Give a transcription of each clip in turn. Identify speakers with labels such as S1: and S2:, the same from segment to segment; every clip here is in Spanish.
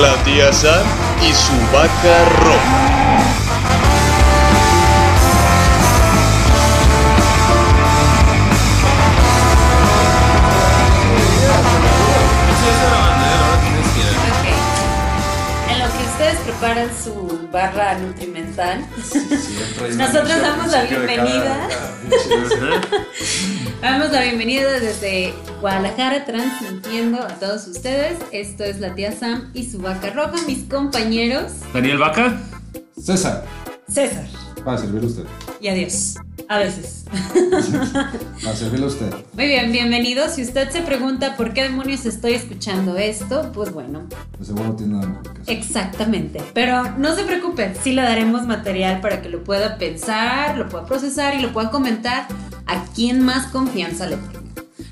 S1: la tía Sam y su vaca roja.
S2: Ok. En lo que ustedes preparan su barra nutrimental, Nosotros damos la bienvenida. damos la bienvenida desde Guadalajara transmitiendo a todos ustedes. Esto es la tía Sam y su vaca roja, mis compañeros.
S3: Daniel Vaca.
S4: César,
S2: César.
S4: para servirle usted.
S2: Y adiós. A veces.
S4: Para servirle usted.
S2: Muy bien, bienvenidos. Si usted se pregunta por qué demonios estoy escuchando esto, pues bueno,
S4: De seguro no tiene nada mejor
S2: Eh,
S4: que hacer.
S2: Exactamente. Pero no se preocupen, sí le daremos material para que lo pueda pensar, lo pueda procesar y lo pueda comentar a quien más confianza le tenga.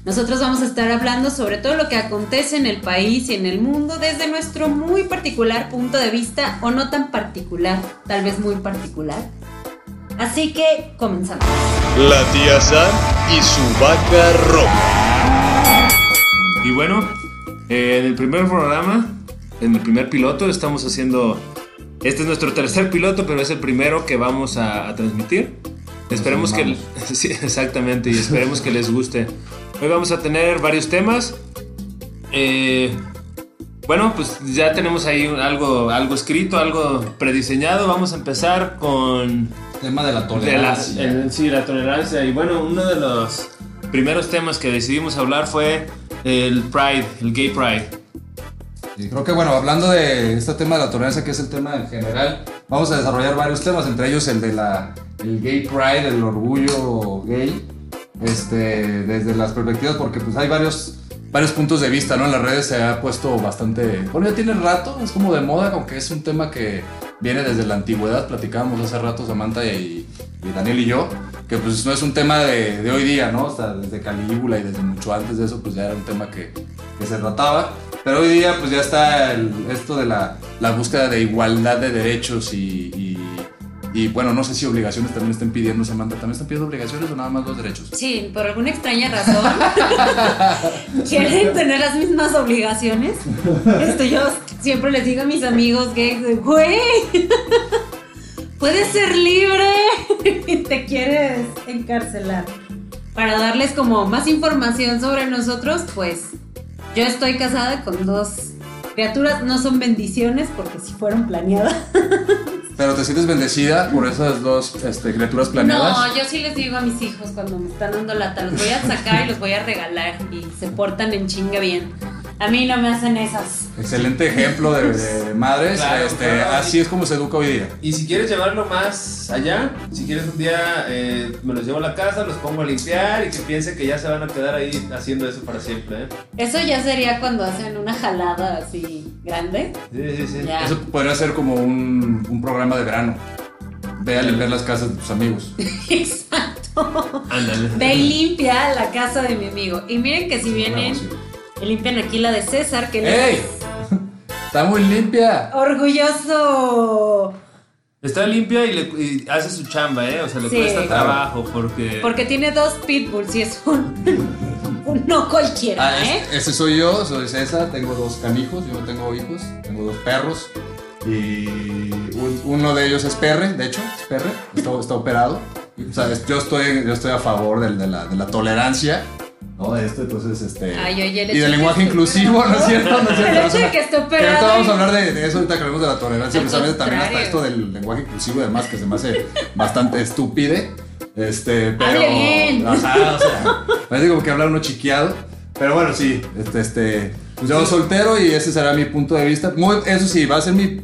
S2: Nosotros vamos a estar hablando sobre todo lo que acontece en el país y en el mundo desde nuestro muy particular punto de vista o no tan particular, tal vez muy particular. Así que comenzamos.
S1: La tía Sam y su vaca roja.
S3: Y bueno, eh, en el primer programa, en el primer piloto, estamos haciendo. Este es nuestro tercer piloto, pero es el primero que vamos a, a transmitir. Esperemos que. Sí, exactamente, y esperemos que les guste. Hoy vamos a tener varios temas. Eh, bueno, pues ya tenemos ahí algo, algo escrito, algo prediseñado. Vamos a empezar con
S4: Tema de la
S3: de las-
S4: tolerancia.
S3: el- sí, la tolerancia. Y bueno, uno de los primeros temas que decidimos hablar fue el Pride, el Gay Pride.
S4: Y creo que bueno, hablando de este tema de la tolerancia, que es el tema en general, vamos a desarrollar varios temas, entre ellos el de la el gay pride, el orgullo gay, este, desde las perspectivas, porque pues hay varios varios puntos de vista, ¿no? En las redes se ha puesto bastante, bueno, ya tiene rato, es como de moda, aunque es un tema que viene desde la antigüedad, platicábamos hace rato Samantha y, y Daniel y yo, que pues no es un tema de, de hoy día, ¿no? O sea, desde Calígula y desde mucho antes de eso, pues ya era un tema que, que se trataba. Pero hoy día pues ya está el- esto de la, la búsqueda de igualdad de derechos y, y- y, bueno, no sé si obligaciones también estén pidiendo, Samantha, ¿también están pidiendo obligaciones o nada más los derechos?
S2: Sí, por alguna extraña razón. ¿Quieren tener las mismas obligaciones? Esto yo siempre les digo a mis amigos gays, de, güey, puedes ser libre y te quieres encarcelar. Para darles como más información sobre nosotros, pues yo estoy casada con dos criaturas, no son bendiciones porque si fueron planeadas.
S4: Pero te sientes bendecida por esas dos este, criaturas planeadas.
S2: No, yo sí les digo a mis hijos cuando me están dando lata, los voy a sacar y los voy a regalar y se portan en chinga bien. A mí no me hacen esas.
S4: Excelente ejemplo de, de madres.
S5: Claro,
S4: este,
S5: claro.
S4: Así es como se educa hoy día.
S5: Y si quieres llevarlo más allá, si quieres un día eh, me los llevo a la casa, los pongo a limpiar y que piense que ya se van a quedar ahí haciendo eso para siempre. ¿eh?
S2: Eso ya sería cuando hacen una jalada así grande.
S5: Sí, sí, sí.
S2: Ya.
S4: Eso podría ser como un, un programa de verano. Ve a limpiar las casas de tus amigos.
S2: Exacto.
S3: Ándale.
S2: Ve y limpia la casa de mi amigo. Y miren que si vienen y limpian aquí la de César, que él
S4: ¡Ey!
S2: es
S4: Está muy limpia.
S2: orgulloso.
S3: Está limpia y, le, y hace su chamba, ¿eh? O sea, le
S2: Sí.
S3: cuesta trabajo porque...
S2: Porque tiene dos pitbulls y es un, un no cualquiera,
S4: Ah,
S2: ¿eh?
S4: este, ese soy yo, soy César, tengo dos canijos, yo no tengo hijos, tengo dos perros y un- uno de ellos es perre, de hecho, es perre, está, está operado. O sea, es- yo estoy, yo estoy a favor del- de, la, de la tolerancia, ¿no? De esto, entonces, este...
S2: Ay, oye, el
S4: y
S2: hecho
S4: del
S2: de
S4: lenguaje
S2: que-
S4: inclusivo, ¿no es cierto? No es cierto,
S2: El
S4: no
S2: hecho
S4: es
S2: de
S4: una-
S2: que esté
S4: que ahorita
S2: operado.
S4: vamos a hablar de, de eso, ahorita que hablamos de la tolerancia,
S2: Al
S4: precisamente también hasta
S2: contrario.
S4: esto del lenguaje inclusivo y demás, que se me hace bastante estúpide. Este, pero.
S2: Hable bien.
S4: Ajá, o sea, parece como que habla uno chiqueado. Pero bueno, sí, este, este.
S3: Pues
S4: Yo soltero y ese será mi punto de vista. Muy, eso sí, va a ser mi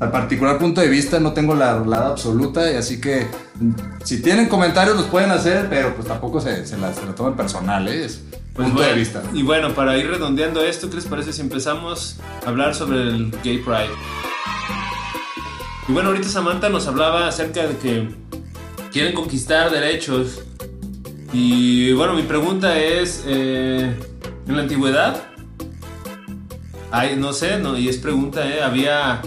S4: al particular punto de vista. No tengo la rolada absoluta, y así que mm, si tienen comentarios los pueden hacer, pero pues tampoco se, se la, se la tomen personal, ¿eh? Es
S3: Pues
S4: punto
S3: bueno,
S4: de vista.
S3: Y bueno, para ir redondeando esto, ¿qué les parece si empezamos a hablar sobre el Gay Pride? Y bueno, ahorita Samantha nos hablaba acerca de que quieren conquistar derechos. Y bueno, mi pregunta es, eh, ¿en la antigüedad? Ay, no sé, no, y es pregunta, ¿eh? ¿Había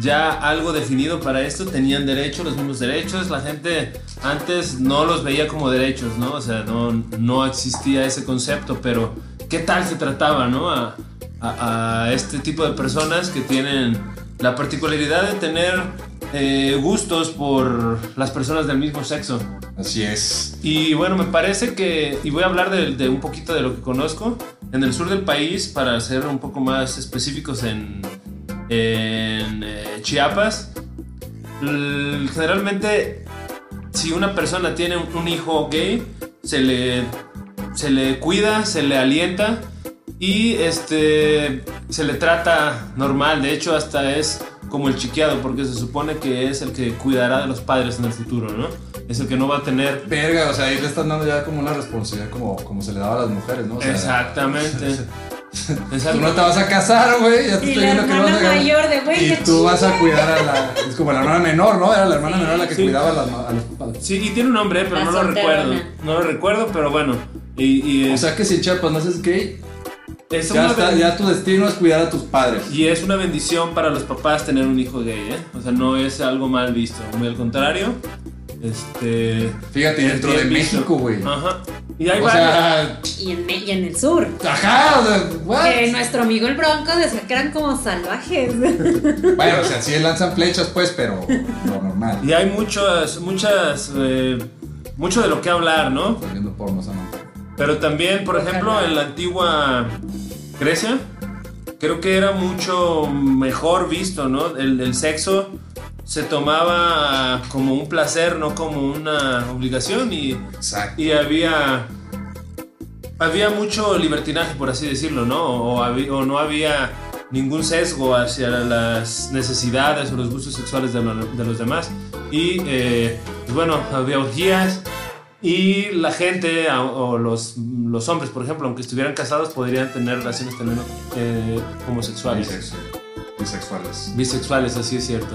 S3: ya algo definido para esto? ¿Tenían derecho, los mismos derechos? La gente antes no los veía como derechos, ¿no? O sea, no, no existía ese concepto, pero ¿qué tal se trataba, ¿no? A, a, a este tipo de personas que tienen la particularidad de tener eh, gustos por las personas del mismo sexo.
S4: Así es.
S3: Y bueno, me parece que, y voy a hablar de, de un poquito de lo que conozco, en el sur del país, para ser un poco más específicos en, en eh, Chiapas, l- generalmente si una persona tiene un, un hijo gay, se le, se le cuida, se le alienta y este, se le trata normal, de hecho hasta es como el chiqueado, porque se supone que es el que cuidará de los padres en el futuro, ¿no? Es el que no va a tener
S4: Verga, o sea, ahí le están dando ya como una responsabilidad como, como se le daba a las mujeres, ¿no? O sea,
S3: Exactamente.
S4: Tú no
S3: Exactamente.
S4: te vas a casar, güey. Ya te
S2: Y
S4: estoy
S2: la
S4: viendo que no vas
S2: hermana
S4: a casar.
S2: mayor de güey.
S4: Y
S2: qué
S4: tú vas a
S2: chido.
S4: cuidar a la. Es como la hermana menor, ¿no? Era la hermana menor la que
S3: Sí.
S4: cuidaba a, las ma- a los papás.
S3: Sí, y tiene un nombre, pero
S2: La
S3: no lo
S2: solterona.
S3: recuerdo. No lo recuerdo, pero bueno. Y, y
S4: O
S3: es,
S4: sea que si chapas no haces gay,
S3: es
S4: ya,
S3: una
S4: está-
S3: ben-
S4: ya tu destino es cuidar a tus padres.
S3: y es una bendición para los papás tener un hijo gay, ¿eh? O sea, no es algo mal visto. Muy al contrario. Este.
S4: Fíjate, dentro de
S3: bien visto.
S4: México, güey.
S3: Ajá. Y hay
S4: O
S3: varios.
S4: sea,
S2: Y en, Me- y en el sur.
S4: ajá, o sea, what?
S2: Que nuestro amigo el Bronco decía que eran como salvajes.
S4: Bueno, o sea, sí lanzan flechas, pues, pero lo normal.
S3: Y hay muchas, muchas. eh, mucho de lo que hablar, ¿no?
S4: Estás viendo porno, Samantha.
S3: Pero también, por
S2: Ojalá.
S3: ejemplo, en la antigua Grecia, creo que era mucho mejor visto, ¿no? El, el sexo se tomaba como un placer, no como una obligación y,
S4: Exacto.
S3: y había, había mucho libertinaje, por así decirlo, ¿no? O, habi- o no había ningún sesgo hacia las necesidades o los gustos sexuales de, lo- de los demás. Y eh, pues bueno, había orgías y la gente, a- o los, los hombres, por ejemplo, aunque estuvieran casados, podrían tener relaciones también eh, homosexuales
S4: Bisexual- Bisexuales.
S3: bisexuales, así es cierto.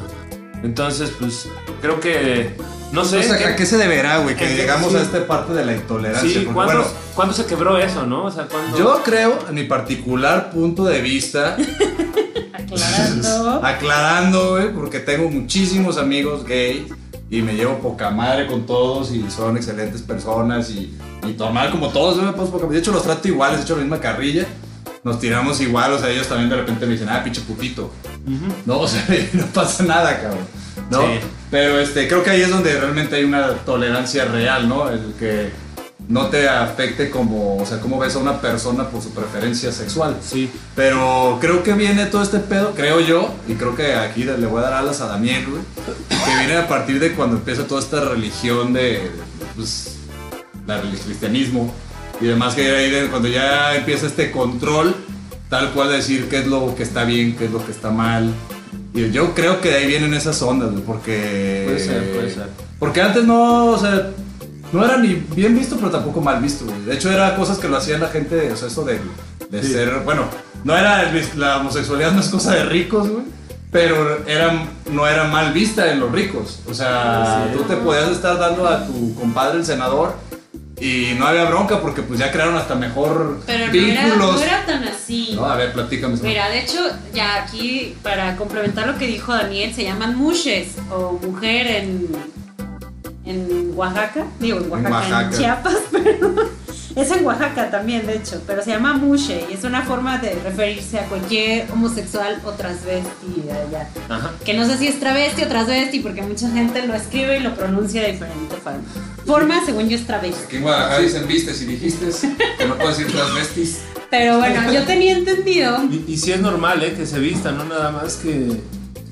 S3: Entonces, pues, creo que, no sé,
S4: O sea,
S3: que-
S4: ¿a qué se deberá, güey? Que
S3: Sí.
S4: llegamos a esta parte de la intolerancia.
S3: sí,
S4: Porque,
S3: ¿cuándo,
S4: bueno,
S3: cuándo se quebró eso, no? O sea, ¿cuándo?
S4: yo creo, en mi particular punto de vista, Ah,
S2: Aclarando.
S4: aclarando, güey, porque tengo muchísimos amigos gay y me llevo poca madre con todos y son excelentes personas y, y normal como todos, yo me paso poca madre. De hecho, los trato igual, les echo la misma carrilla. Nos tiramos igual, o sea, ellos también de repente me dicen, ah, pinche putito.
S3: Ujú.
S4: No, o sea, no pasa nada, cabrón. ¿No?
S3: Sí.
S4: Pero este, creo que ahí es donde realmente hay una tolerancia real, ¿no? El que no te afecte como, o sea, cómo ves a una persona por su preferencia sexual.
S3: Sí,
S4: Pero creo que viene todo este pedo, creo yo, y creo que aquí le voy a dar alas a Damián, güey, que viene a partir de cuando empieza toda esta religión de, pues, la, el cristianismo y demás, que ahí de- cuando ya empieza este control, tal cual de decir qué es lo que está bien, qué es lo que está mal. Y yo creo que de ahí vienen esas ondas, güey, porque...
S3: Puede ser, puede ser.
S4: Porque antes no, o sea, no era ni bien visto, pero tampoco mal visto, güey. De hecho, era cosas que lo hacían la gente, o sea, eso de, de
S3: Sí.
S4: ser, bueno, no era, el- la homosexualidad no es cosa de ricos, güey, pero era, no era mal vista en los ricos. O sea,
S3: Sí.
S4: tú te podías estar dando a tu compadre el senador y no había bronca porque pues ya crearon hasta mejor
S2: Pero no era,
S4: vínculos.
S2: no era tan así.
S4: No, a ver, platícame.
S2: Mira, de hecho, ya aquí, para complementar lo que dijo Daniel, se llaman mushes o mujer en, en Oaxaca. Digo, en Oaxaca, en,
S4: Oaxaca.
S2: Chiapas, pero es en Oaxaca también, de hecho, pero se llama mushe y es una forma de referirse a cualquier homosexual o transvesti de allá.
S3: ajá.
S2: Que no sé si es travesti o transvesti, porque mucha gente lo escribe y lo pronuncia de diferente forma. Forma, según yo, es travesti.
S4: Aquí en Guadalajara dicen vistes y dijiste que no puedes decir transvestis.
S2: Pero bueno, yo tenía entendido
S3: Y, y sí es normal, ¿eh? Que se vistan, ¿no? Nada más que,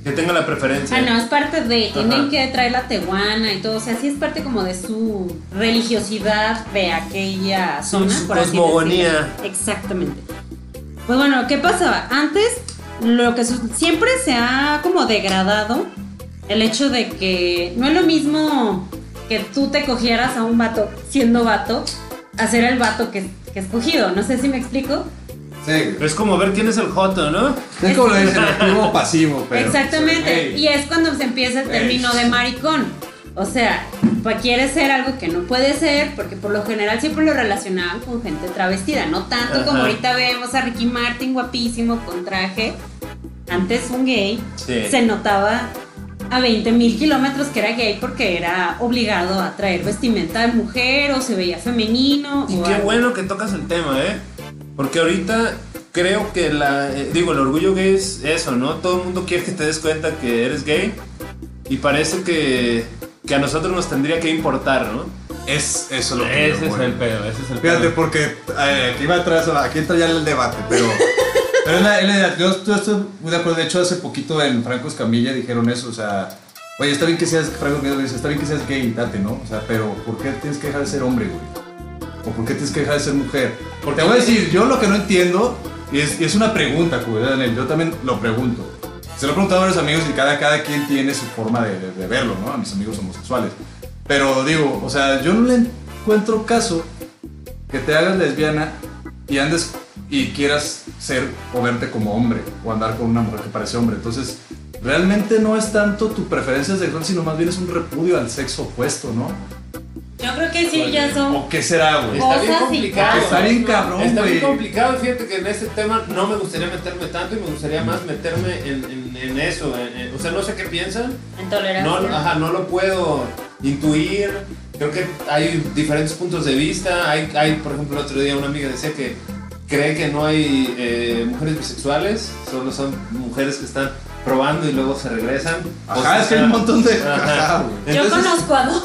S3: que tenga la preferencia.
S2: Ah, no, es parte de, tienen
S3: Ajá.
S2: que traer la tehuana y todo, o sea, sí es parte como de su religiosidad de aquella zona.
S3: su
S2: por así
S3: cosmogonía.
S2: decirlo. Exactamente. Pues bueno, ¿qué pasaba? Antes, lo que su- siempre se ha como degradado el hecho de que no es lo mismo que tú te cogieras a un vato siendo vato, hacer el vato que, que escogido, no sé si me explico.
S4: Sí.
S3: Es como ver quién es el joto, ¿no?
S4: Es como lo dicen, activo o pasivo, pero. pues,
S2: Exactamente.
S4: Ey.
S2: y es cuando se empieza el
S4: Ey.
S2: término de maricón. O sea, pues quieres ser algo que no puede ser, porque por lo general siempre lo relacionaban con gente travestida, no tanto como
S3: Ajá.
S2: ahorita vemos a Ricky Martin guapísimo con traje. Antes un gay
S3: Sí.
S2: se notaba a 20 mil kilómetros que era gay porque era obligado a traer vestimenta de mujer o se veía femenino.
S3: Y
S2: o
S3: qué
S2: algo.
S3: bueno que tocas el tema, ¿eh? Porque ahorita creo que la. eh, digo, el orgullo gay es eso, ¿no? Todo el mundo quiere que te des cuenta que eres gay. Y parece que, que a nosotros nos tendría que importar, ¿no?
S4: Es eso lo que yo
S3: Ese es
S4: voy.
S3: el pedo, ese es el
S4: Fíjate,
S3: pedo.
S4: porque eh, aquí va atrás, aquí entra ya el debate, pero.
S6: Pero es la, es la idea. yo, yo estoy muy de acuerdo. De hecho, hace poquito en Franco Escamilla dijeron eso. O sea, oye, está bien que seas, Franco Escamilla dice, está bien que seas gay, date, ¿no? O sea, pero ¿por qué tienes que dejar de ser hombre, güey? ¿O por qué tienes que dejar de ser mujer? Porque te voy a decir, yo lo que no entiendo, y es, y es una pregunta, güey, Daniel, yo también lo pregunto. Se lo he preguntado a varios amigos y cada, cada quien tiene su forma de, de- de verlo, ¿no? A mis amigos homosexuales. Pero digo, o sea, yo no le encuentro caso que te hagas lesbiana y andes y quieras ser o verte como hombre o andar con una mujer que parece hombre. Entonces, realmente no es tanto tu preferencia sexual, sino más bien es un repudio al sexo opuesto, ¿no?
S2: Yo creo que sí, ya son.
S6: ¿O qué será, güey?
S5: Está bien
S2: Cosas y
S5: complicado.
S6: Está bien cabrón,
S5: Está bien
S6: güey.
S5: complicado. Fíjate que en este tema no me gustaría meterme tanto y me gustaría más meterme en, en- en eso. en- en- o sea, no sé qué piensan.
S2: En tolerancia.
S5: No, ajá, no lo puedo intuir. Creo que hay diferentes puntos de vista. Hay, hay, por ejemplo, el otro día una amiga decía que cree que no hay eh, mujeres bisexuales, solo son mujeres que están probando y luego se regresan. O
S6: Ajá,
S5: sea,
S6: es que hay un montón de... Ajá, güey.
S2: Yo
S5: entonces-
S2: conozco a dos.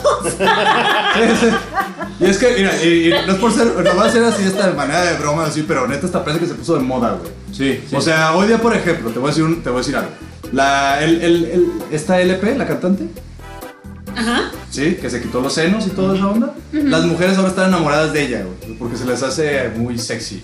S6: Y es que, mira, y- y no es por ser...
S4: Lo va a hacer así, esta manera de broma, así, pero neta, esta parece que se puso de moda, güey.
S3: Sí, sí.
S4: O sea, hoy día, por ejemplo, te voy a decir, un- te voy a decir algo. La, el, el- el- esta LP, la cantante,
S2: Ajá.
S4: ¿sí? Que se quitó los senos y toda esa onda. Las mujeres ahora están enamoradas de ella, güey, porque se les hace muy sexy.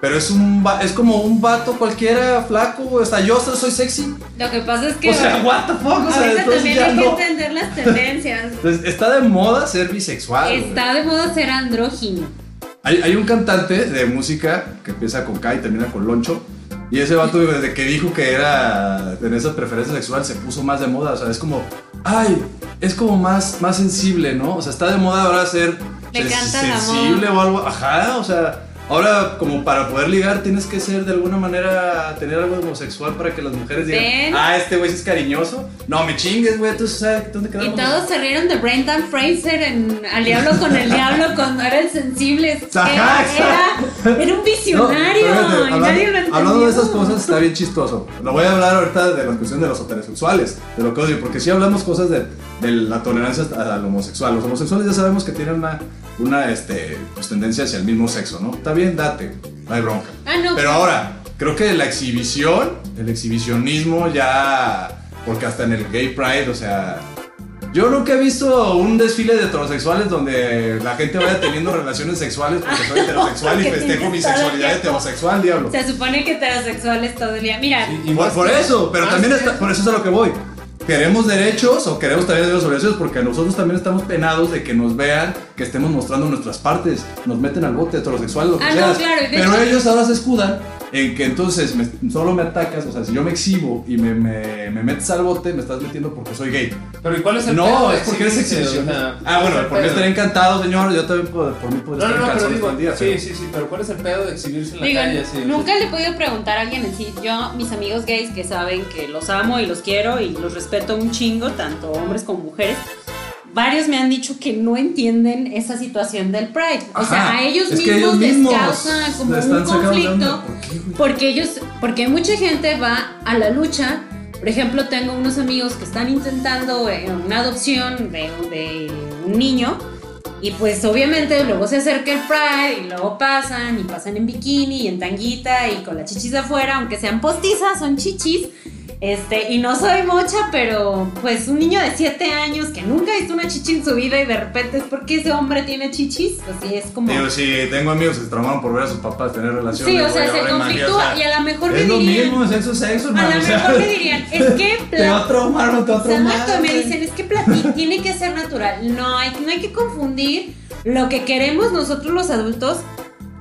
S4: Pero es, un, va- es como un vato cualquiera, flaco, hasta yo soy sexy.
S2: Lo que pasa es que.
S4: o sea, what the fuck, o sea,
S2: ahorita
S4: entonces
S2: también
S4: ya
S2: hay
S4: no.
S2: que entender las tendencias.
S4: Entonces, está de moda ser bisexual. güey.
S2: Está de moda ser andrógino.
S4: Hay, hay un cantante de música que empieza con K y termina con Loncho. Y ese vato, desde que dijo que era en esa preferencia sexual, se puso más de moda. O sea, es como, ay, es como más, más sensible, ¿no? O sea, está de moda ahora ser
S2: Le
S4: sen-
S2: canta el amor.
S4: sensible o algo. Ajá, o sea, ahora como para poder ligar tienes que ser de alguna manera, tener algo homosexual para que las mujeres digan,
S2: Ven.
S4: ah, este güey sí es cariñoso. No, me chingues, güey, tú sabes dónde
S2: Y
S4: quedamos.
S2: todos se rieron de Brendan Fraser en Al Diablo con el Diablo cuando eran sensibles.
S4: Ajá,
S2: Era,
S4: exacto.
S2: era, era un
S4: No,
S2: visionario
S4: pero fíjate,
S2: y nadie lo
S4: hablando,
S2: entendió.
S4: hablando de esas cosas está bien chistoso. Lo voy a hablar ahorita de la cuestión de los heterosexuales, de lo que odio, porque si hablamos cosas de, de la tolerancia a- al homosexual. Los homosexuales ya sabemos que tienen una, una este, pues, tendencia hacia el mismo sexo, ¿no? Está bien, date, no hay bronca.
S2: Ah, no.
S4: Pero ahora, creo que la exhibición, el exhibicionismo ya, porque hasta en el Gay Pride, o sea... Yo nunca he visto un desfile de heterosexuales donde la gente vaya teniendo relaciones sexuales porque soy heterosexual y
S2: Porque
S4: festejo
S2: tienes
S4: mi
S2: todo el
S4: sexualidad
S2: tiempo.
S4: heterosexual, diablo.
S2: Se supone que heterosexuales todo el día. Mira,
S5: y
S4: Por,
S5: más
S4: por
S5: que-
S4: eso, pero
S5: más
S4: también
S5: que
S4: está-
S5: eso.
S4: por eso es a lo que voy. Queremos derechos o queremos también derechos sobre derechos porque nosotros también estamos penados de que nos vean que estemos mostrando nuestras partes. Nos meten al bote heterosexual, lo que
S2: Ah, no,
S4: quieras.
S2: claro, y de
S4: pero
S2: hecho-
S4: ellos ahora se escudan en que entonces me- solo me atacas. O sea, si yo me exhibo y me, me- me metes al bote, me estás metiendo porque soy gay.
S5: Pero ¿y cuál es el
S4: No,
S5: pedo de
S4: es porque eres
S5: exhibirse? O
S4: exhibición.
S5: sea,
S4: Ah,
S5: ¿cuál es el
S4: bueno, porque
S5: pedo?
S4: estaría encantado, señor. Yo también por, por mí
S5: No, no, no,
S4: podría estar en
S5: pero
S4: calzones todo
S5: digo,
S4: el día.
S5: sí,
S4: pero-
S5: sí, sí, pero ¿cuál es el pedo de exhibirse en la
S2: Digo,
S5: calle? así?
S2: nunca le he podido preguntar a alguien así. Yo, mis amigos gays que saben que los amo y los quiero y los respeto un chingo, tanto hombres como mujeres, varios me han dicho que no entienden esa situación del Pride. O sea,
S4: Ajá,
S2: a ellos
S4: es
S2: mismos,
S4: que ellos mismos
S2: les causa como
S4: están
S2: un
S4: sacados de
S2: conflicto
S4: onda. ¿Por qué, güey?
S2: porque ellos, porque mucha gente va a la lucha. Por ejemplo, tengo unos amigos que están intentando eh, una adopción de, de un niño. Y pues obviamente luego se acerca el Pride y luego pasan y pasan en bikini y en tanguita y con las chichis de afuera, aunque sean postizas, son chichis. Este, y no soy mocha, pero pues un niño de 7 años que nunca hizo una chichi en su vida y de repente es porque ese hombre tiene chichis, pues sí, es como...
S4: Digo, si tengo amigos que se traumaron por ver a sus papás tener relaciones.
S2: Sí, o sea,
S4: güey,
S2: se
S4: ahora imagínate, o
S2: conflictúa
S4: sea,
S2: y a lo mejor me
S4: Es lo
S2: dirían...
S4: mismo, sexo, sexo,
S2: A
S4: hermano,
S2: lo
S4: o sea,
S2: mejor me dirían, es que
S4: Te va
S2: pla-
S4: a traumar, no te va a traumar.
S2: Exacto, me
S4: güey.
S2: dicen, es que platí- tiene que ser natural. No hay, no hay que confundir lo que queremos nosotros los adultos,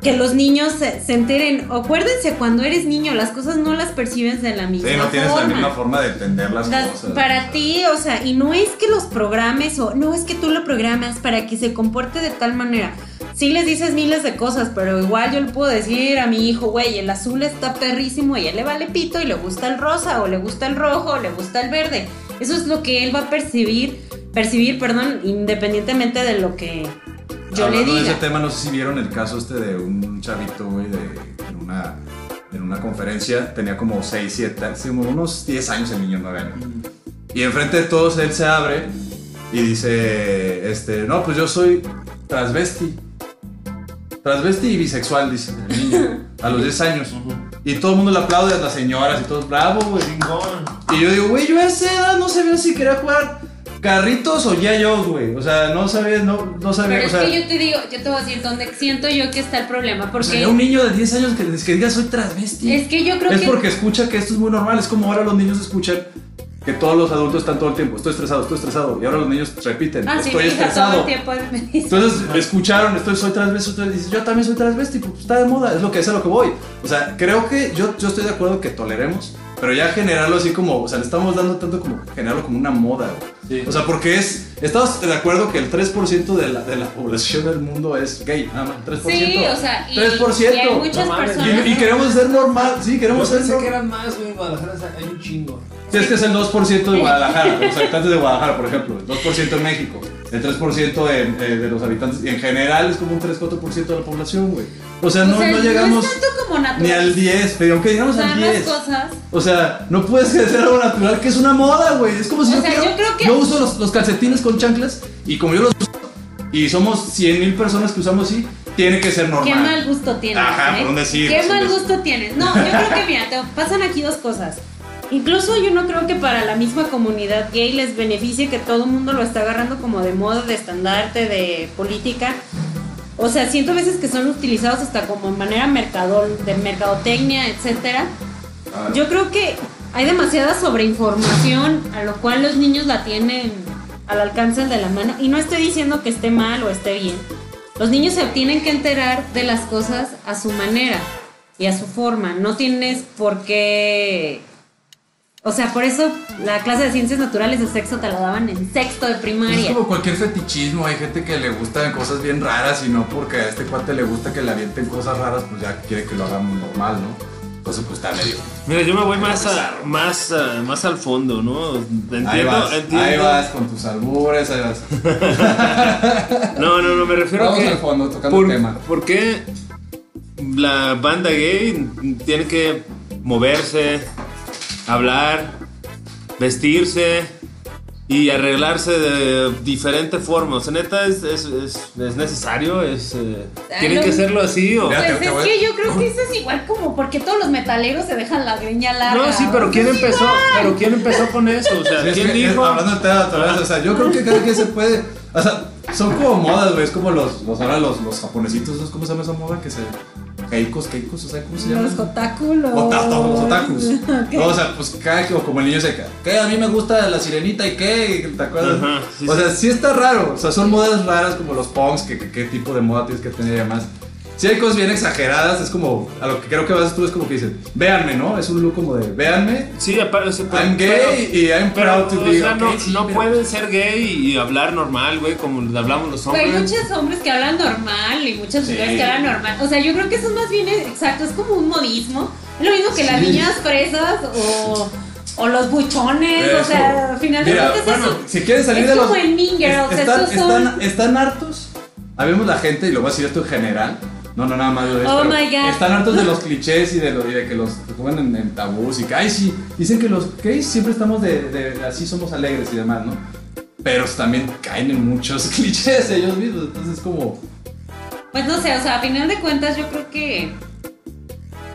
S2: que los niños se, se enteren. Acuérdense, cuando eres niño, las cosas no las percibes de la misma
S4: Sí, no tienes
S2: forma.
S4: la misma forma de entender las
S2: Las-
S4: cosas.
S2: para ti, o sea, y no es que los programes o no es que tú lo programas para que se comporte de tal manera. Sí les dices miles de cosas, pero igual yo le puedo decir a mi hijo, güey, el azul está perrísimo y a él le vale pito y le gusta el rosa o le gusta el rojo o le gusta el verde. Eso es lo que él va a percibir, percibir, perdón, independientemente de lo que yo le
S4: Hablando de
S2: diga.
S4: ese tema, no sé si vieron el caso este de un chavito, güey, de, en una, en una conferencia, tenía como 6, 7, así como unos 10 años el niño, 9 años. Y enfrente de todos él se abre y dice, este, no, pues yo soy transvesti. Transvesti y bisexual, dice el niño, a los 10 años. Y todo el mundo le aplaude, las señoras y todos, bravo, güey.
S5: Chingón.
S4: Y yo digo, güey, yo a esa edad no sabía si quería jugar carritos o ya yo, güey. O sea, no sabía, no, no sabía.
S2: Pero
S4: o
S2: es
S4: sea,
S2: que yo te digo, yo te voy a decir dónde siento yo que está el problema,
S4: o
S2: porque
S4: sea, ya un niño de 10 años que, que diga soy transvesti.
S2: es que yo creo
S4: Es
S2: que
S4: porque escucha que esto es muy normal. Es como ahora los niños escuchan que todos los adultos están todo el tiempo. Estoy estresado, estoy estresado. Y ahora los niños repiten.
S2: ah, sí,
S4: estoy
S2: mi hija todo el
S4: estresado.
S2: tiempo me dice,
S4: Entonces escucharon, estoy, soy transvesti, entonces dices, yo también soy transvesti, pues está de moda, es lo que es a lo que voy. O sea, creo que yo, yo estoy de acuerdo que toleremos, pero ya generarlo así como, o sea, le estamos dando tanto como generarlo como una moda, güey.
S5: Sí.
S4: O sea, porque es, estamos de acuerdo que el 3% de la, de la población del mundo es gay, nada más, 3%.
S2: Sí, o sea, y,
S4: 3%.
S2: y hay muchas
S5: no mames.
S2: personas.
S4: Y, y queremos ser normal, sí,
S5: Yo
S4: queremos ser
S5: pensé
S4: normal.
S5: que eran más, güey, en Guadalajara o sea, hay un chingo.
S4: Sí, es que es el 2% de Guadalajara, los habitantes de Guadalajara, por ejemplo, el 2% en México, el 3% en, eh, de los habitantes, y en general es como un 3-4% de la población, güey. O sea,
S2: O
S4: no,
S2: sea,
S4: no llegamos
S2: es tanto como natural.
S4: ni al 10, pero aunque
S2: O
S4: llegamos
S2: sea,
S4: al
S2: las
S4: 10.
S2: cosas.
S4: O sea, no puedes hacer algo natural, que es una moda, güey. Es como si
S2: O
S4: yo,
S2: sea,
S4: quiero-
S2: yo creo que-
S4: yo uso los, los calcetines con chanclas y como yo los uso, y somos 100 mil personas que usamos así, tiene que ser normal.
S2: Qué mal gusto tienes.
S4: Ajá,
S2: ¿eh?
S4: por un decir,
S2: Qué
S4: por un
S2: mal
S4: decir.
S2: gusto tienes. No, yo creo que mira, te pasan aquí dos cosas. Incluso yo no creo que para la misma comunidad gay les beneficie que todo el mundo lo está agarrando como de moda, de estandarte, de política. O sea, siento a veces que son utilizados hasta como manera mercadol, de mercadotecnia, etcétera. Yo creo que hay demasiada sobreinformación a lo cual los niños la tienen al alcance de la mano. Y no estoy diciendo que esté mal o esté bien. Los niños se tienen que enterar de las cosas a su manera y a su forma. No tienes por qué... O sea, por eso la clase de ciencias naturales de sexo te la daban en sexto de
S6: Es
S2: primaria.
S6: como cualquier fetichismo, hay gente que le gustan cosas bien raras y no porque a este cuate le gusta que le avienten cosas raras, pues ya quiere que lo hagamos normal, ¿no? Entonces pues está medio.
S3: Mira, yo me voy más, a- más, a- más al fondo, ¿no? Entiendo,
S6: Ahí vas,
S3: entiendo.
S6: ahí vas con tus albures, ahí vas.
S3: No, no, no, me refiero
S6: Vamos
S3: a que
S6: al fondo, tocando
S3: por,
S6: el tema.
S3: ¿Por qué la banda gay tiene que moverse, hablar, vestirse y arreglarse de diferente forma? O sea, neta, es, es, es- es necesario, es, eh, tienen
S2: lo-
S3: que hacerlo así o...
S6: Ya, te-
S2: Pues
S6: te
S2: es
S6: voy-
S2: que yo creo que eso es igual como porque todos los metaleros se dejan la greña larga.
S3: No, Pues sí, pero ¿quién empezó? Pero ¿quién empezó con eso? O sea,
S4: Es
S3: ¿quién
S4: que, eh,
S3: dijo?
S4: Hablando del tema de naturaleza, o sea, yo creo que cada que se puede. O sea, son como modas, güey. Es como los, los ahora los, los japonesitos, ¿sabes ¿cómo se llama esa moda? Que se. Keikos, Keikos, o sea, ¿cómo se llama?
S2: Los otáculos.
S4: Otaku, los otakus. No, o sea, pues cada que, o como el niño seca. Que a mí me gusta la sirenita y qué, ¿te acuerdas?
S3: Ajá, sí,
S4: o
S3: sí.
S4: sea, sí está raro. O sea, son modas raras como los punks, que, que- qué tipo de moda tienes que tener y demás. Sí hay cosas bien exageradas, es como, a lo que creo que vas tú es como que dicen, véanme, ¿no? Es un look como de, véanme,
S3: Sí, aparte, o sea, pero-
S4: I'm gay y I'm proud
S3: Pero,
S4: to be
S3: o sea, no,
S4: okay, sí,
S3: no
S4: pero-
S3: pueden ser gay y hablar normal, güey, como hablamos los
S2: Pero
S3: hombres.
S2: Hay muchos hombres que hablan normal y muchas mujeres que hablan normal. O sea, yo creo que eso es más bien exacto, es como un modismo. Es lo mismo que las niñas fresas o, o los buchones. O
S4: Eso.
S2: sea, finalmente
S4: Eh, Mira,
S2: es
S4: bueno,
S2: eso.
S4: si quieren salir
S2: es
S4: de los.
S2: como en Mean Girls, esos
S4: es- están,
S2: son-
S4: están- están hartos. Habemos la gente, y lo voy a decir esto en general. No, no, nada más yo de esto,
S2: Oh
S4: pero
S2: my God.
S4: Están hartos de los clichés y de, lo, y de que los ponen en, en tabús y que, ay, sí. Dicen que los gays siempre estamos de, de- así somos alegres y demás, ¿no? Pero también caen en muchos clichés ellos mismos. Entonces es como.
S2: Pues no sé, o sea, a final de cuentas yo creo que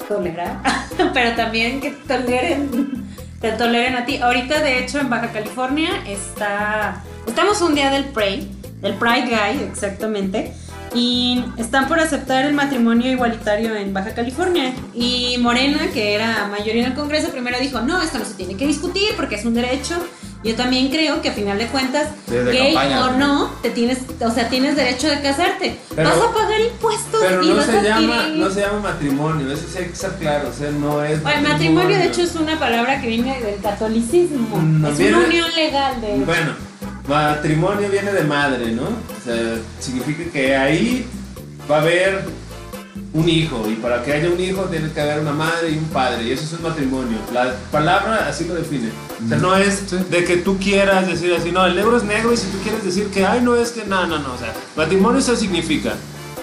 S2: tolerar, pero también que toleren, te toleren a ti. Ahorita de hecho en Baja California está, estamos un día del Pride, del Pride Guy exactamente, y están por aceptar el matrimonio igualitario en Baja California. Y Morena, que era mayoría en el Congreso, primero dijo, no, esto no se tiene que discutir porque es un derecho. Yo también creo que a final de cuentas,
S4: Sí, es de
S2: gay
S4: campaña,
S2: o
S4: ¿no?
S2: no, no, te tienes, o sea, tienes derecho de casarte.
S5: Pero-
S2: vas a pagar impuestos
S5: Pero
S2: y
S5: no
S2: vas a
S5: se, llama,
S2: adquirir-
S5: no se llama matrimonio, eso sí hay que estar claro, o sea, no es.
S2: Bueno, matrimonio, de hecho, es una palabra que viene del catolicismo.
S5: Mm,
S2: es
S5: viene-
S2: una unión legal de.
S5: Bueno, matrimonio viene de madre, ¿no? O sea, significa que ahí va a haber un hijo, y para que haya un hijo tiene que haber una madre y un padre, y eso es un matrimonio. La palabra así lo define.
S3: O sea, no es de que tú quieras decir así, no, el negro es negro y si tú quieres decir que, ay, no es que, no, no, no, o sea, matrimonio eso significa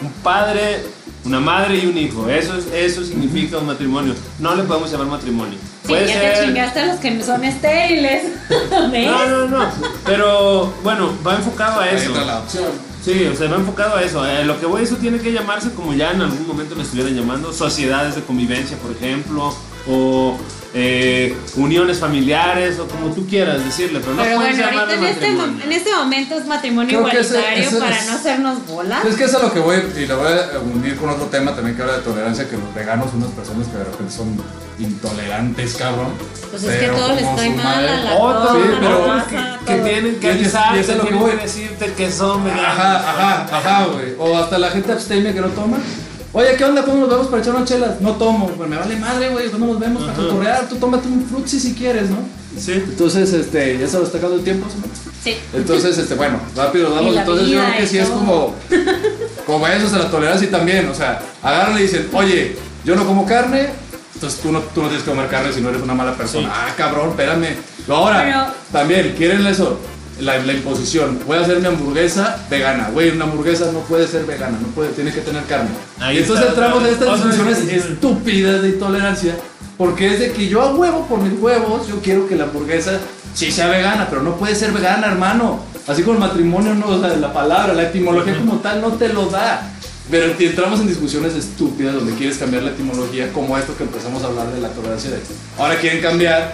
S3: un padre Una madre y un hijo. Eso, es, eso significa un matrimonio. No le podemos llamar matrimonio.
S2: Sí, ya te chingaste a los que son estériles. ¿Ves?
S3: No, no, no. Pero bueno, va enfocado a eso.
S4: entra la opción.
S3: Sí, o sea, va enfocado a eso. Eh, lo que voy, eso tiene que llamarse como ya en algún momento le estuvieran llamando, sociedades de convivencia, por ejemplo, o eh, uniones familiares, o como tú quieras decirle, pero no
S2: Pero
S3: puedes
S2: bueno, ahorita
S3: llamarle
S2: en este,
S3: matrimonio.
S2: mo- en este momento es matrimonio
S4: Creo que ese-
S2: igualitario
S4: ese
S2: para
S4: es-
S2: no hacernos bolas.
S4: Pues Es que eso es lo que voy, y lo voy a unir con otro tema también que habla de tolerancia, que los veganos son unas personas que de repente son intolerantes, cabrón.
S2: Pues es que todo les
S4: como
S2: cae
S4: su
S2: mal a la
S3: Otro,
S2: cosa,
S4: Sí,
S2: la
S4: pero-
S2: raza,
S3: que
S2: todo.
S3: tienen que
S4: Y es- y es
S3: avisarte,
S4: a lo que
S3: tienen
S4: voy.
S3: que decirte que son veganos.
S4: Ajá, ajá, ajá, güey. O hasta la gente abstemia que no toma. Oye, ¿qué onda? ¿Cómo nos vemos para echar unas chelas? No tomo. Pues me vale madre, güey. ¿Cómo nos vemos para
S3: Ajá.
S4: cotorrear? Tú tómate un fruxi si quieres, ¿no?
S3: Sí.
S4: Entonces, este, ya se nos está acabando el tiempo, ¿no?
S2: Sí.
S4: Entonces, este, bueno, rápido, nos vamos.
S2: la
S4: Entonces yo
S2: vida
S4: creo que
S2: y
S4: sí es
S2: todo.
S4: como, como eso se la tolerancia y también, o sea, agarran y dicen, oye, yo no como carne, entonces tú no, tú no tienes que comer carne si no eres una mala persona.
S3: Sí.
S4: Ah, cabrón, espérame. Ahora, también, quieren eso, la, la imposición. Voy a hacer mi hamburguesa vegana. Güey, una hamburguesa no puede ser vegana, no puede, tiene que tener carne.
S3: Ahí
S4: y entonces
S3: está,
S4: entramos en
S3: otra-
S4: estas
S3: otra
S4: discusiones
S3: discusión.
S4: estúpidas de intolerancia. Porque es de que yo a huevo por mis huevos, yo quiero que la hamburguesa sí sea vegana, pero no puede ser vegana, hermano. Así como el matrimonio, no, o sea, la palabra, la etimología como tal no te lo da. Pero te- entramos en discusiones estúpidas donde quieres cambiar la etimología, como esto que empezamos a hablar de la tolerancia de Ahora quieren cambiar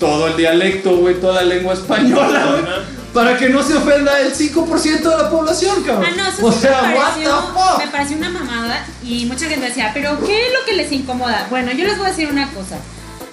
S4: todo el dialecto, güey, toda la lengua española, güey, para que no se ofenda el 5% de la población, cabrón.
S2: Ah, no, eso
S4: o
S2: sí
S4: sea,
S2: me,
S4: what the
S2: pareció,
S4: fuck.
S2: me pareció una mamada y mucha gente decía, pero ¿qué es lo que les incomoda? Bueno, yo les voy a decir una cosa.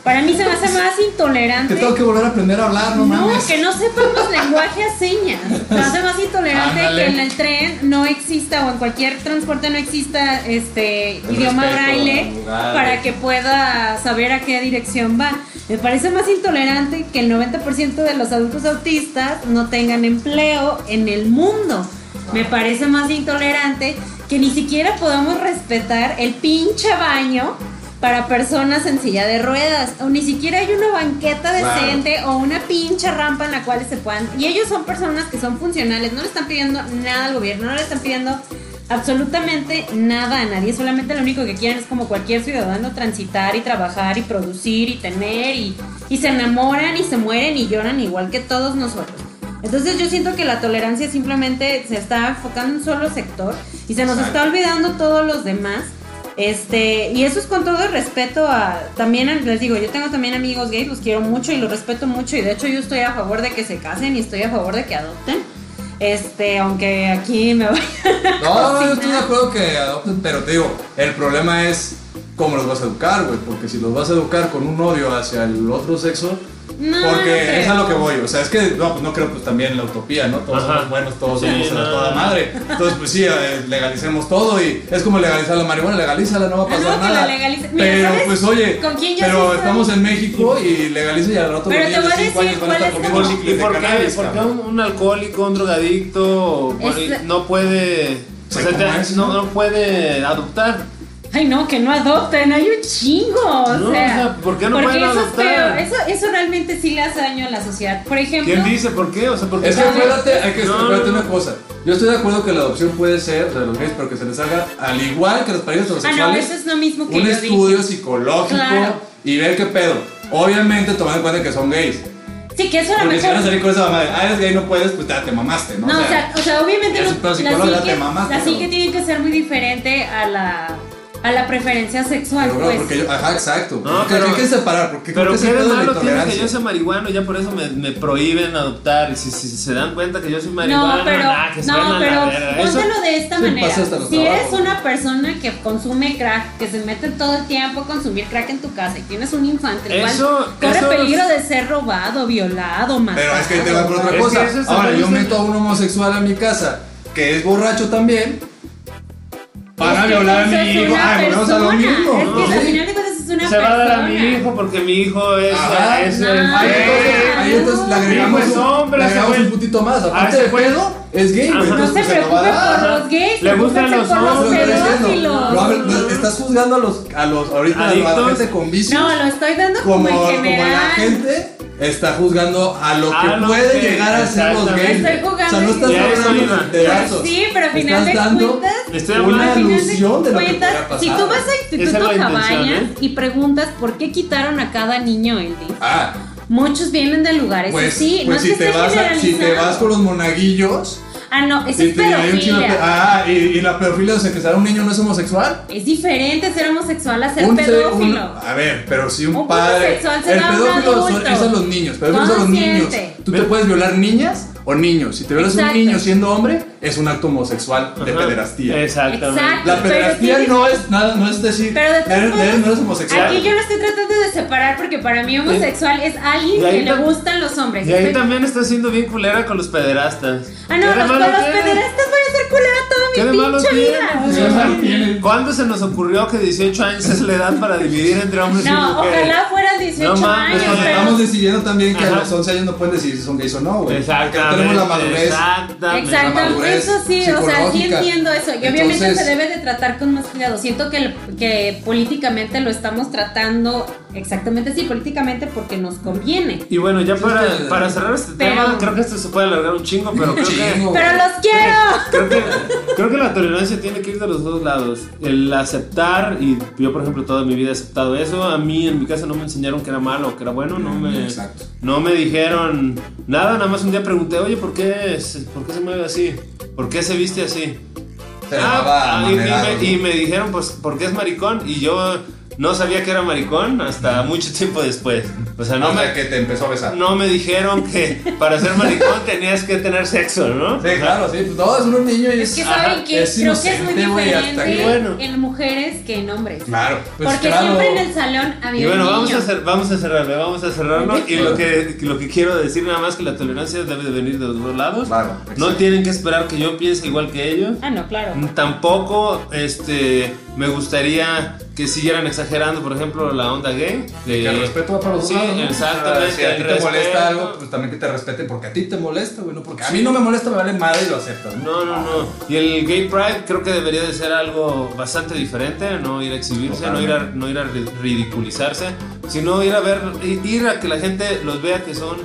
S2: Para mí se me hace más
S4: Que
S2: intolerante.
S4: tengo que volver a aprender a hablar, no,
S2: No,
S4: mames.
S2: que no sepamos lenguaje a señas. Se me hace más intolerante
S4: Ándale.
S2: que en el tren no exista o en cualquier transporte no exista este idioma
S4: respeto,
S2: braille
S4: lugares.
S2: para que pueda saber a qué dirección va. Me parece más intolerante que el 90% de los adultos autistas no tengan empleo en el mundo. Me parece más intolerante que ni siquiera podamos respetar el pinche baño para personas en silla de ruedas. O ni siquiera hay una banqueta
S4: Claro.
S2: decente o una pinche rampa en la cual se puedan. Y ellos son personas que son funcionales, no le están pidiendo nada al gobierno, no le están pidiendo absolutamente nada a nadie. Solamente lo único que quieren es como cualquier ciudadano transitar y trabajar y producir y tener y, y se enamoran y se mueren y lloran igual que todos nosotros. Entonces yo siento que la tolerancia simplemente se está enfocando en un solo sector y se nos está olvidando todos los demás. Este, y eso es con todo el respeto a, también a- les digo, yo tengo también amigos gays, los quiero mucho y los respeto mucho y de hecho yo estoy a favor de que se casen y estoy a favor de que adopten. Este, aunque aquí me voy
S4: No, no, yo estoy de acuerdo que adopten, pero te digo, el problema es cómo los vas a educar, güey, porque si los vas a educar con un odio hacia el otro sexo,
S2: No, no
S4: porque
S2: creo.
S4: es a lo que voy, o sea, es que no, pues no creo pues también la utopía, ¿no? Todos
S3: Ajá.
S4: somos buenos, todos
S3: Sí,
S4: somos a
S3: no.
S4: toda madre, entonces pues sí, eh, legalicemos todo y es como legalizar la marihuana, legalízala, no va a
S2: Ah, no,
S4: pasar
S2: que la
S4: nada.
S2: legalice- Mira,
S4: Pero
S2: ¿sabes
S4: pues oye,
S2: con quién yo sí
S4: pero
S2: estoy?
S4: estamos en México y legaliza y al rato
S2: Pero
S4: los
S2: te
S4: niños de
S2: voy a
S4: cinco
S2: decir
S4: años van a estar
S2: cuál es
S4: comiendo
S2: como-
S3: ¿Y
S4: chicles de
S3: por qué,
S4: cannabis,
S3: por qué
S4: cabrón.
S3: un, un alcohólico, un drogadicto
S2: Es-
S3: no puede, o
S4: Se
S3: sea, te-
S4: comerse,
S3: no,
S4: ¿no?
S3: no puede adoptar?
S2: Ay, no, que no adopten, hay un chingo. O sea,
S3: No, o sea, ¿por qué no
S2: porque
S3: pueden
S2: eso
S3: adoptar?
S2: es feo. Eso, eso realmente sí le hace daño a la sociedad. Por ejemplo,
S3: ¿Quién dice por qué? O sea, ¿por qué?
S4: Es que acuérdate, hay que
S3: No,
S4: acuérdate
S3: no, no.
S4: una cosa. Yo estoy de acuerdo que la adopción puede ser de los gays, pero que se les haga al igual que las parejas
S2: ah, no, eso
S4: homosexuales.
S2: es lo mismo que
S4: un
S2: yo
S4: estudio
S2: dije.
S4: psicológico
S2: Claro.
S4: y ver qué pedo. Obviamente tomando en cuenta que son gays.
S2: Sí, que eso a lo
S4: Porque si van a
S2: mejor.
S4: salir con esa mamá de, ah, eres gay, no puedes, pues ya te mamaste, ¿no?
S2: No, o sea, o sea, obviamente
S4: ya
S2: no,
S4: es un pedo psicológico,
S2: la
S4: ya te
S2: psique,
S4: mamaste,
S2: la psique
S4: pero-
S2: tiene que ser muy diferente a la, a la preferencia sexual,
S4: pero, bro,
S2: pues.
S4: porque yo, ajá, exacto.
S3: No,
S4: porque
S3: pero-
S4: hay que separar, porque
S3: Pero
S4: creo que
S3: qué
S4: ese
S3: de
S4: pedo de la
S3: malo tiene que
S4: intolerancia.
S3: yo sea marihuano, ya por eso me, me prohíben adoptar. Y Si, si se dan cuenta que yo soy marihuana,
S2: No, pero,
S3: nah, que se vayan
S2: no,
S3: a la
S2: pero
S3: verga. ¿eh? Eso-
S2: póntelo de esta
S4: sí
S2: manera.
S4: pasa hasta los
S2: Si eres
S4: trabajos.
S2: una persona que consume crack, que se mete todo el tiempo a consumir crack en tu casa y tienes un infante, el
S3: Eso-
S2: cual corre
S3: eso-
S2: peligro de ser robado, violado, matado.
S4: Pero es que ahí te va con otra
S3: Es
S4: cosa.
S3: que eso es
S4: Ahora, yo
S3: otra cosa.
S4: meto a un homosexual a mi casa que es borracho también. Van
S2: Es
S4: a
S2: que
S4: violar a mi
S2: eso es
S4: hijo.
S2: una
S4: Ay, volvemos a lo
S2: persona. Es
S4: mismo.
S2: que
S4: ¿no?
S2: al
S4: Sí.
S2: final de cuentas es una
S3: se va a dar a mi
S2: persona.
S3: hijo porque mi hijo es.
S4: Ajá.
S3: es-
S2: No.
S3: es-
S4: Ahí entonces, ahí entonces le agregamos,
S3: Sí, pues,
S4: un-
S3: hombre,
S4: le agregamos
S3: ese
S4: un
S3: güey.
S4: putito más. Aparte
S3: ese
S4: de
S3: güey.
S4: pedo, es gay, güey.
S3: Ajá.
S2: No
S4: entonces,
S2: se
S4: pues, lo
S2: preocupe
S4: va a dar.
S2: por los gays,
S3: Le gustan
S2: preocúpense
S3: los
S2: por
S4: Lo
S2: los
S4: que estoy diciendo.
S2: pedófilos.
S4: Robert, lo- estás juzgando a los, a los ahorita a la
S3: Adictos.
S4: gente con vicios.
S2: No, lo estoy dando como,
S4: como,
S2: en
S4: como la
S2: general.
S4: gente está juzgando a lo que
S3: A lo
S4: puede
S3: que-
S4: llegar a ser los gays.
S2: Estoy jugando
S4: O sea, no estás
S2: y-
S4: hablando
S3: Ya,
S4: de
S3: eso iba.
S4: pedazos.
S2: Sí, pero al final
S4: Estás
S2: de
S4: dando
S2: cuentas
S3: Estoy
S4: Una
S3: hablando.
S4: ilusión de lo que
S2: cuentas,
S4: podría pasar.
S2: si tú vas a
S3: Esa es
S2: Instituto
S3: la intención,
S2: Cabañas
S3: ¿eh?
S2: y preguntas por qué quitaron a cada niño el disco,
S4: Ah,
S2: muchos vienen de lugares
S4: pues,
S2: así.
S4: pues
S2: no
S4: si,
S2: es que
S4: te
S2: esté
S4: vas a- si te
S2: generalizando.
S4: vas con los monaguillos.
S2: Ah, no, eso
S4: y
S2: es
S4: te- hay un chino-
S2: pedofilia.
S4: ah, y, y la pedofilia de que un niño no es homosexual.
S2: Es diferente ser homosexual a ser
S4: Un ser-
S2: pedófilo.
S4: un- a ver, pero si un,
S2: Un
S4: padre.
S2: homosexual se
S4: el
S2: da un
S4: pedófilo son-
S2: adulto.
S4: es a los niños. Pedófilo es a los niños.
S2: Consciente.
S4: Tú te puedes violar niñas o niños. Si te violas a un
S2: Exacto.
S4: niño siendo hombre, es un acto homosexual de
S3: Ajá.
S4: pederastía.
S3: Exactamente.
S2: Exacto.
S4: La
S2: Pero
S4: pederastía
S2: tiene-
S4: no es nada, no es decir.
S2: Pero de todos
S4: eres-
S2: modos,
S4: eres- no eres homosexual.
S2: Aquí yo lo estoy tratando de separar porque para mí homosexual es alguien
S3: Y ahí
S2: que le
S3: tam-
S2: gustan los hombres.
S3: Y ahí
S2: Estoy-
S3: también está siendo bien culera con los pederastas.
S2: Ah, no,
S3: ¿Qué de
S2: los, con
S3: malo
S2: los
S3: tiene?
S2: pederastas voy a ser culera
S3: ¿Qué de
S2: toda mi
S3: malo
S2: pinche
S3: tiene?
S2: vida.
S3: ¿Qué de malo tiene? ¿Cuándo se nos ocurrió que 18 años es la edad para dividir entre hombres y
S2: No,
S3: mujeres?
S2: ojalá fueran 18
S3: No
S2: años,
S3: mames,
S4: Pues,
S2: pero.
S4: Estamos decidiendo también que a
S3: Ajá.
S4: los 11 años no pueden decidir si son gays o no, güey.
S3: Exactamente.
S4: Porque no tenemos la madurez.
S3: Exactamente.
S2: Exacto,
S4: La madurez
S2: eso sí, o sea, sí
S4: psicológica.
S2: entiendo eso. Y obviamente
S4: Entonces-
S2: se debe de tratar con más cuidado. Siento que, el- que políticamente lo estamos tratando exactamente así, políticamente porque nos conviene.
S3: Y bueno, ya
S4: es
S3: para,
S4: que-
S3: para cerrar este
S2: Pero-
S3: tema, creo que esto se puede alargar un chingo, pero creo que.
S4: Chingo,
S2: ¡Pero
S4: güey.
S2: los quiero!
S3: Creo que, creo que la tolerancia tiene que ir de los dos lados. El aceptar, y yo por ejemplo toda mi vida he aceptado eso, a mí en mi casa no me enseñaron que era malo, que era bueno, no me,
S4: Exacto.
S3: no me dijeron nada, nada más un día pregunté, oye, ¿por qué, se- ¿por qué se mueve así? ¿Por qué se viste así?
S4: Se
S3: Ah,
S4: llamaba
S3: y, y
S4: amanerado,
S3: me, y
S4: ¿no?
S3: me dijeron, pues, porque es maricón? Y yo no sabía que era maricón hasta mucho tiempo después. O sea, no,
S4: O sea,
S3: me,
S4: que te empezó a besar.
S3: no me dijeron que para ser maricón tenías que tener sexo, ¿no?
S4: Sí, claro, sí. pues, No, es un niño y
S2: Es que
S4: es.
S2: saben
S3: Ajá,
S2: que
S4: es
S2: creo que es muy
S4: inocente, güey, hasta
S2: diferente
S4: que-
S3: bueno.
S2: en mujeres que en hombres.
S4: Claro, pues
S2: porque
S4: claro.
S2: siempre en el salón había
S3: Y bueno,
S2: un
S3: vamos
S2: niño.
S3: a, cer- vamos a cerrarlo, vamos a cerrarlo. Y lo que, lo que quiero decir nada más que la tolerancia debe de venir de los dos lados.
S4: Claro,
S3: no
S4: exacto.
S3: tienen que esperar que yo piense igual que ellos.
S2: Ah, no, claro.
S3: Tampoco este, me gustaría que siguieran exagerando, por ejemplo, la onda gay.
S4: Que el
S3: Eh,
S4: respeto va para los
S3: sí,
S4: lados, ¿no? O
S3: exactamente,
S4: sea, Si a ti
S3: el
S4: te molesta
S3: respeto.
S4: algo, pues también que te respeten porque a ti te molesta, güey. No porque a mí no me molesta, me vale madre y lo aceptas.
S3: No, no, no. Y el gay pride creo que debería de ser algo bastante diferente, no ir a exhibirse, no ir a, no ir a ri- ridiculizarse, sino ir a ver, i- ir a que la gente los vea que son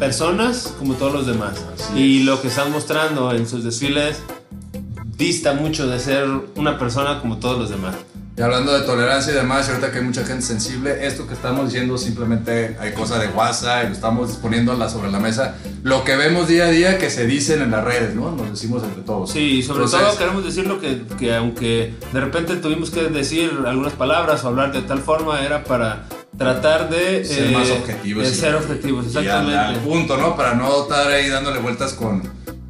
S3: personas como todos los demás. y lo que están mostrando en sus desfiles dista mucho de ser una persona como todos los demás.
S4: Y hablando de tolerancia y demás, y ahorita que hay mucha gente sensible, esto que estamos diciendo simplemente hay cosa de guasa y lo estamos poniéndola sobre la mesa. Lo que vemos día a día que se dicen en las redes, ¿no? Nos decimos entre todos.
S3: Sí, y sobre
S4: Entonces,
S3: todo queremos decir lo que, que aunque de repente tuvimos que decir algunas palabras o hablar de tal forma, era para tratar de eh,
S4: Ser más objetivos
S3: de
S4: y-
S3: ser objetivos,
S4: Y al, al
S3: exactamente.
S4: punto, ¿no? Para no estar ahí dándole vueltas con,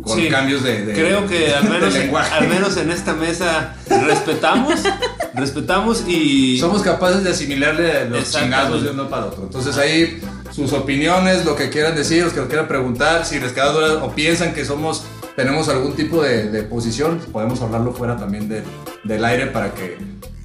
S4: con
S3: Sí.
S4: cambios de, de-
S3: Creo que al
S4: de
S3: menos,
S4: lenguaje.
S3: al menos en esta mesa respetamos, respetamos y
S4: Somos capaces de asimilarle los
S3: Exactamente.
S4: chingazos de uno para otro. Entonces ahí sus opiniones, lo que quieran decir, los que lo quieran preguntar, si les queda duda o piensan que somos, tenemos algún tipo de, de posición, podemos hablarlo fuera también de- del aire para que,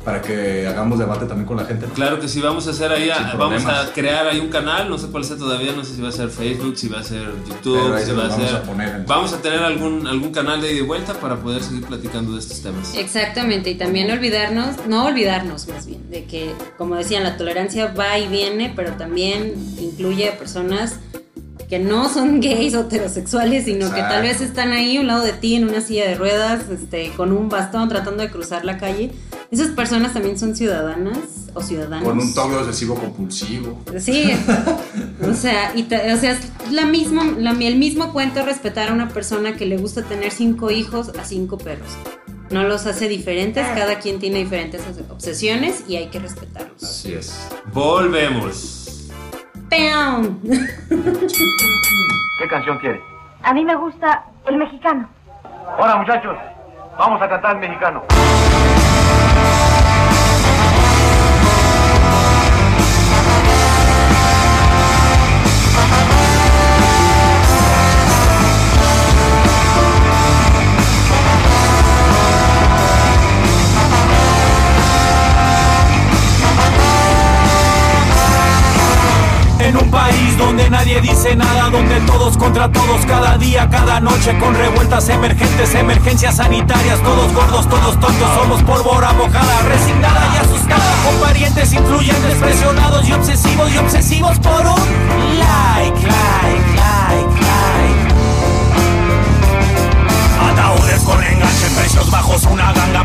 S4: para que hagamos debate también con la gente. ¿no?
S3: claro que sí vamos a hacer ahí,
S4: Sin
S3: vamos
S4: problemas.
S3: a crear ahí un canal, no sé cuál sea todavía, no sé si va a ser Facebook, si va a ser
S4: Pero
S3: YouTube,
S4: ahí
S3: si
S4: se
S3: va
S4: los
S3: a
S4: vamos
S3: ser,
S4: a poner en-
S3: vamos a tener algún algún canal de ida y vuelta para poder seguir platicando de estos temas.
S2: Exactamente, y también olvidarnos, no olvidarnos más bien, de que, como decían, la tolerancia va y viene, pero también incluye a personas que no son gays o heterosexuales, sino que tal
S4: Exacto.
S2: vez están ahí a un lado de ti en una silla de ruedas, este, con un bastón tratando de cruzar la calle. Esas personas también son ciudadanas o ciudadanos.
S4: Con un toque obsesivo compulsivo.
S2: Sí, o sea, y ta- o sea, es la misma, la, el mismo cuento respetar a una persona que le gusta tener cinco hijos a cinco perros. No los hace diferentes, cada quien tiene diferentes obsesiones y hay que respetarlos.
S4: Así es.
S3: Volvemos.
S2: ¡Pam!
S7: ¿Qué canción quiere?
S8: A mí me gusta el mexicano.
S7: Ahora, muchachos, vamos a cantar en mexicano.
S9: En un país donde nadie dice nada, donde todos contra todos, cada día, cada noche, con revueltas emergentes, emergencias sanitarias, todos gordos, todos tontos, somos pólvora mojada, resignada y asustada, con parientes influyentes, presionados y obsesivos y obsesivos por un like, like, like, like. Ataúdes con enganche, precios bajos, una ganga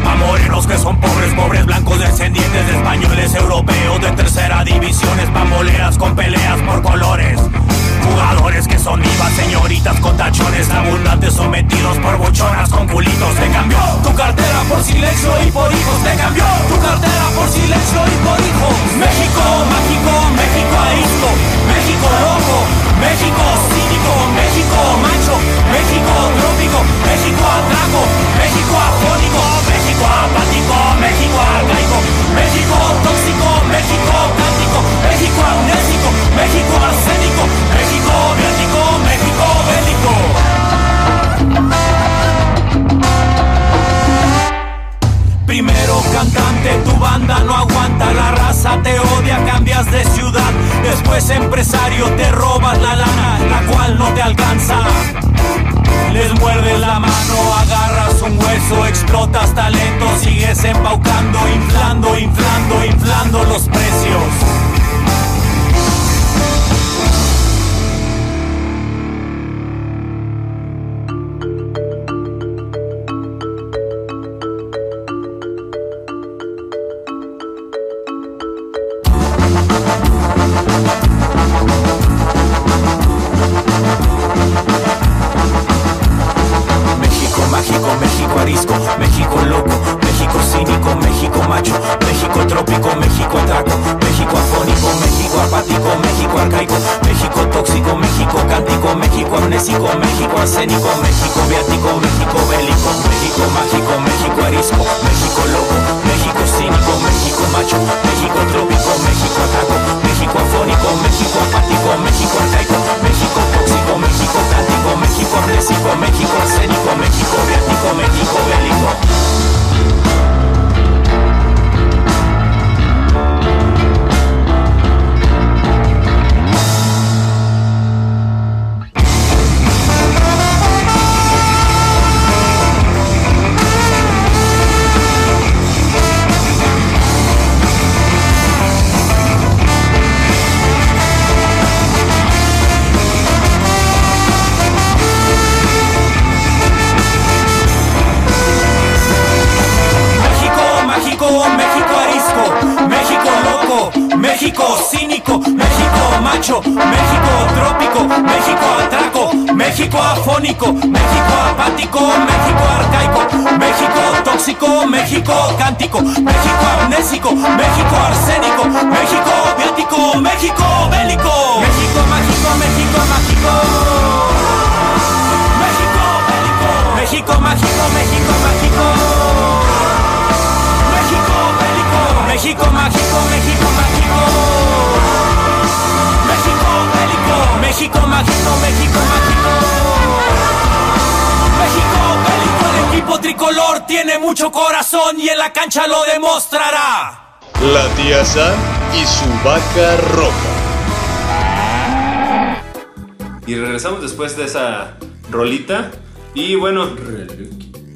S9: eres empresario te robas la lana, la cual no te alcanza. Les muerdes la mano, agarras un hueso, explotas talento, sigues empaucando, inflando, inflando, inflando los precios. México mágico, México arisco, México loco, México cínico, México macho, México trópico, México atraco, México afónico, México apático, México arcaico, México tóxico, México cántico, México amnésico, México arsénico, México viático, México bélico, México mágico, México arisco, México loco, México cínico, México macho, México trópico, México atraco, México afónico, México apático, México arcaico, México tóxico, México cántico, México amnésico, México arsénico, México viático, México bélico. México, mágico, México arisco, México loco, México cínico, México macho, México trópico, México atraco, México afónico, México apático, México arcaico, México tóxico, México cántico, México amnésico, México arsénico, México viático, México bélico, México mágico, México mágico. México bélico, México mágico, México mágico. México, bélico, México mágico, México mágico. México bélico, México mágico, México mágico. México bélico, el equipo tricolor tiene mucho corazón y en la cancha lo demostrará.
S1: La tía Sam y su vaca roja.
S3: Y regresamos después de esa rolita. Y bueno,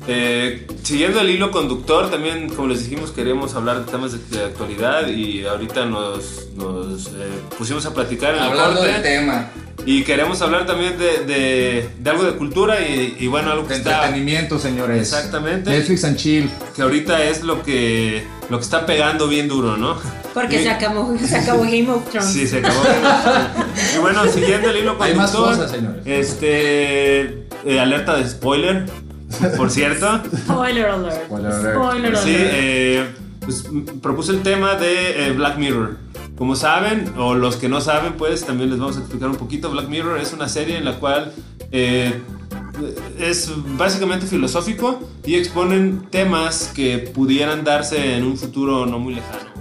S3: eh, siguiendo el hilo conductor, también como les dijimos queríamos hablar de temas de, de actualidad y ahorita nos, nos, eh, pusimos a platicar en
S6: Hablando
S3: el
S6: del
S3: corte.
S6: tema,
S3: Y queremos hablar también de, de- de algo de cultura y, y bueno, algo que
S6: de
S3: está...
S6: entretenimiento, señores.
S3: Exactamente.
S6: Netflix and chill.
S3: Que ahorita es lo que, lo que está pegando bien duro, ¿no?
S2: Porque se acabó, se acabó Game of Thrones.
S3: Sí, se acabó. y bueno, siguiendo el hilo conductor.
S6: Hay más cosas, señores.
S3: Este. eh, alerta de spoiler, por cierto.
S2: Spoiler alert.
S6: Spoiler alert.
S2: Spoiler
S3: sí,
S2: alert.
S3: eh, pues, m- propuse el tema de eh, Black Mirror. Como saben, o los que no saben, pues también les vamos a explicar un poquito. Black Mirror es una serie en la cual eh, es básicamente filosófico y exponen temas que pudieran darse en un futuro no muy lejano.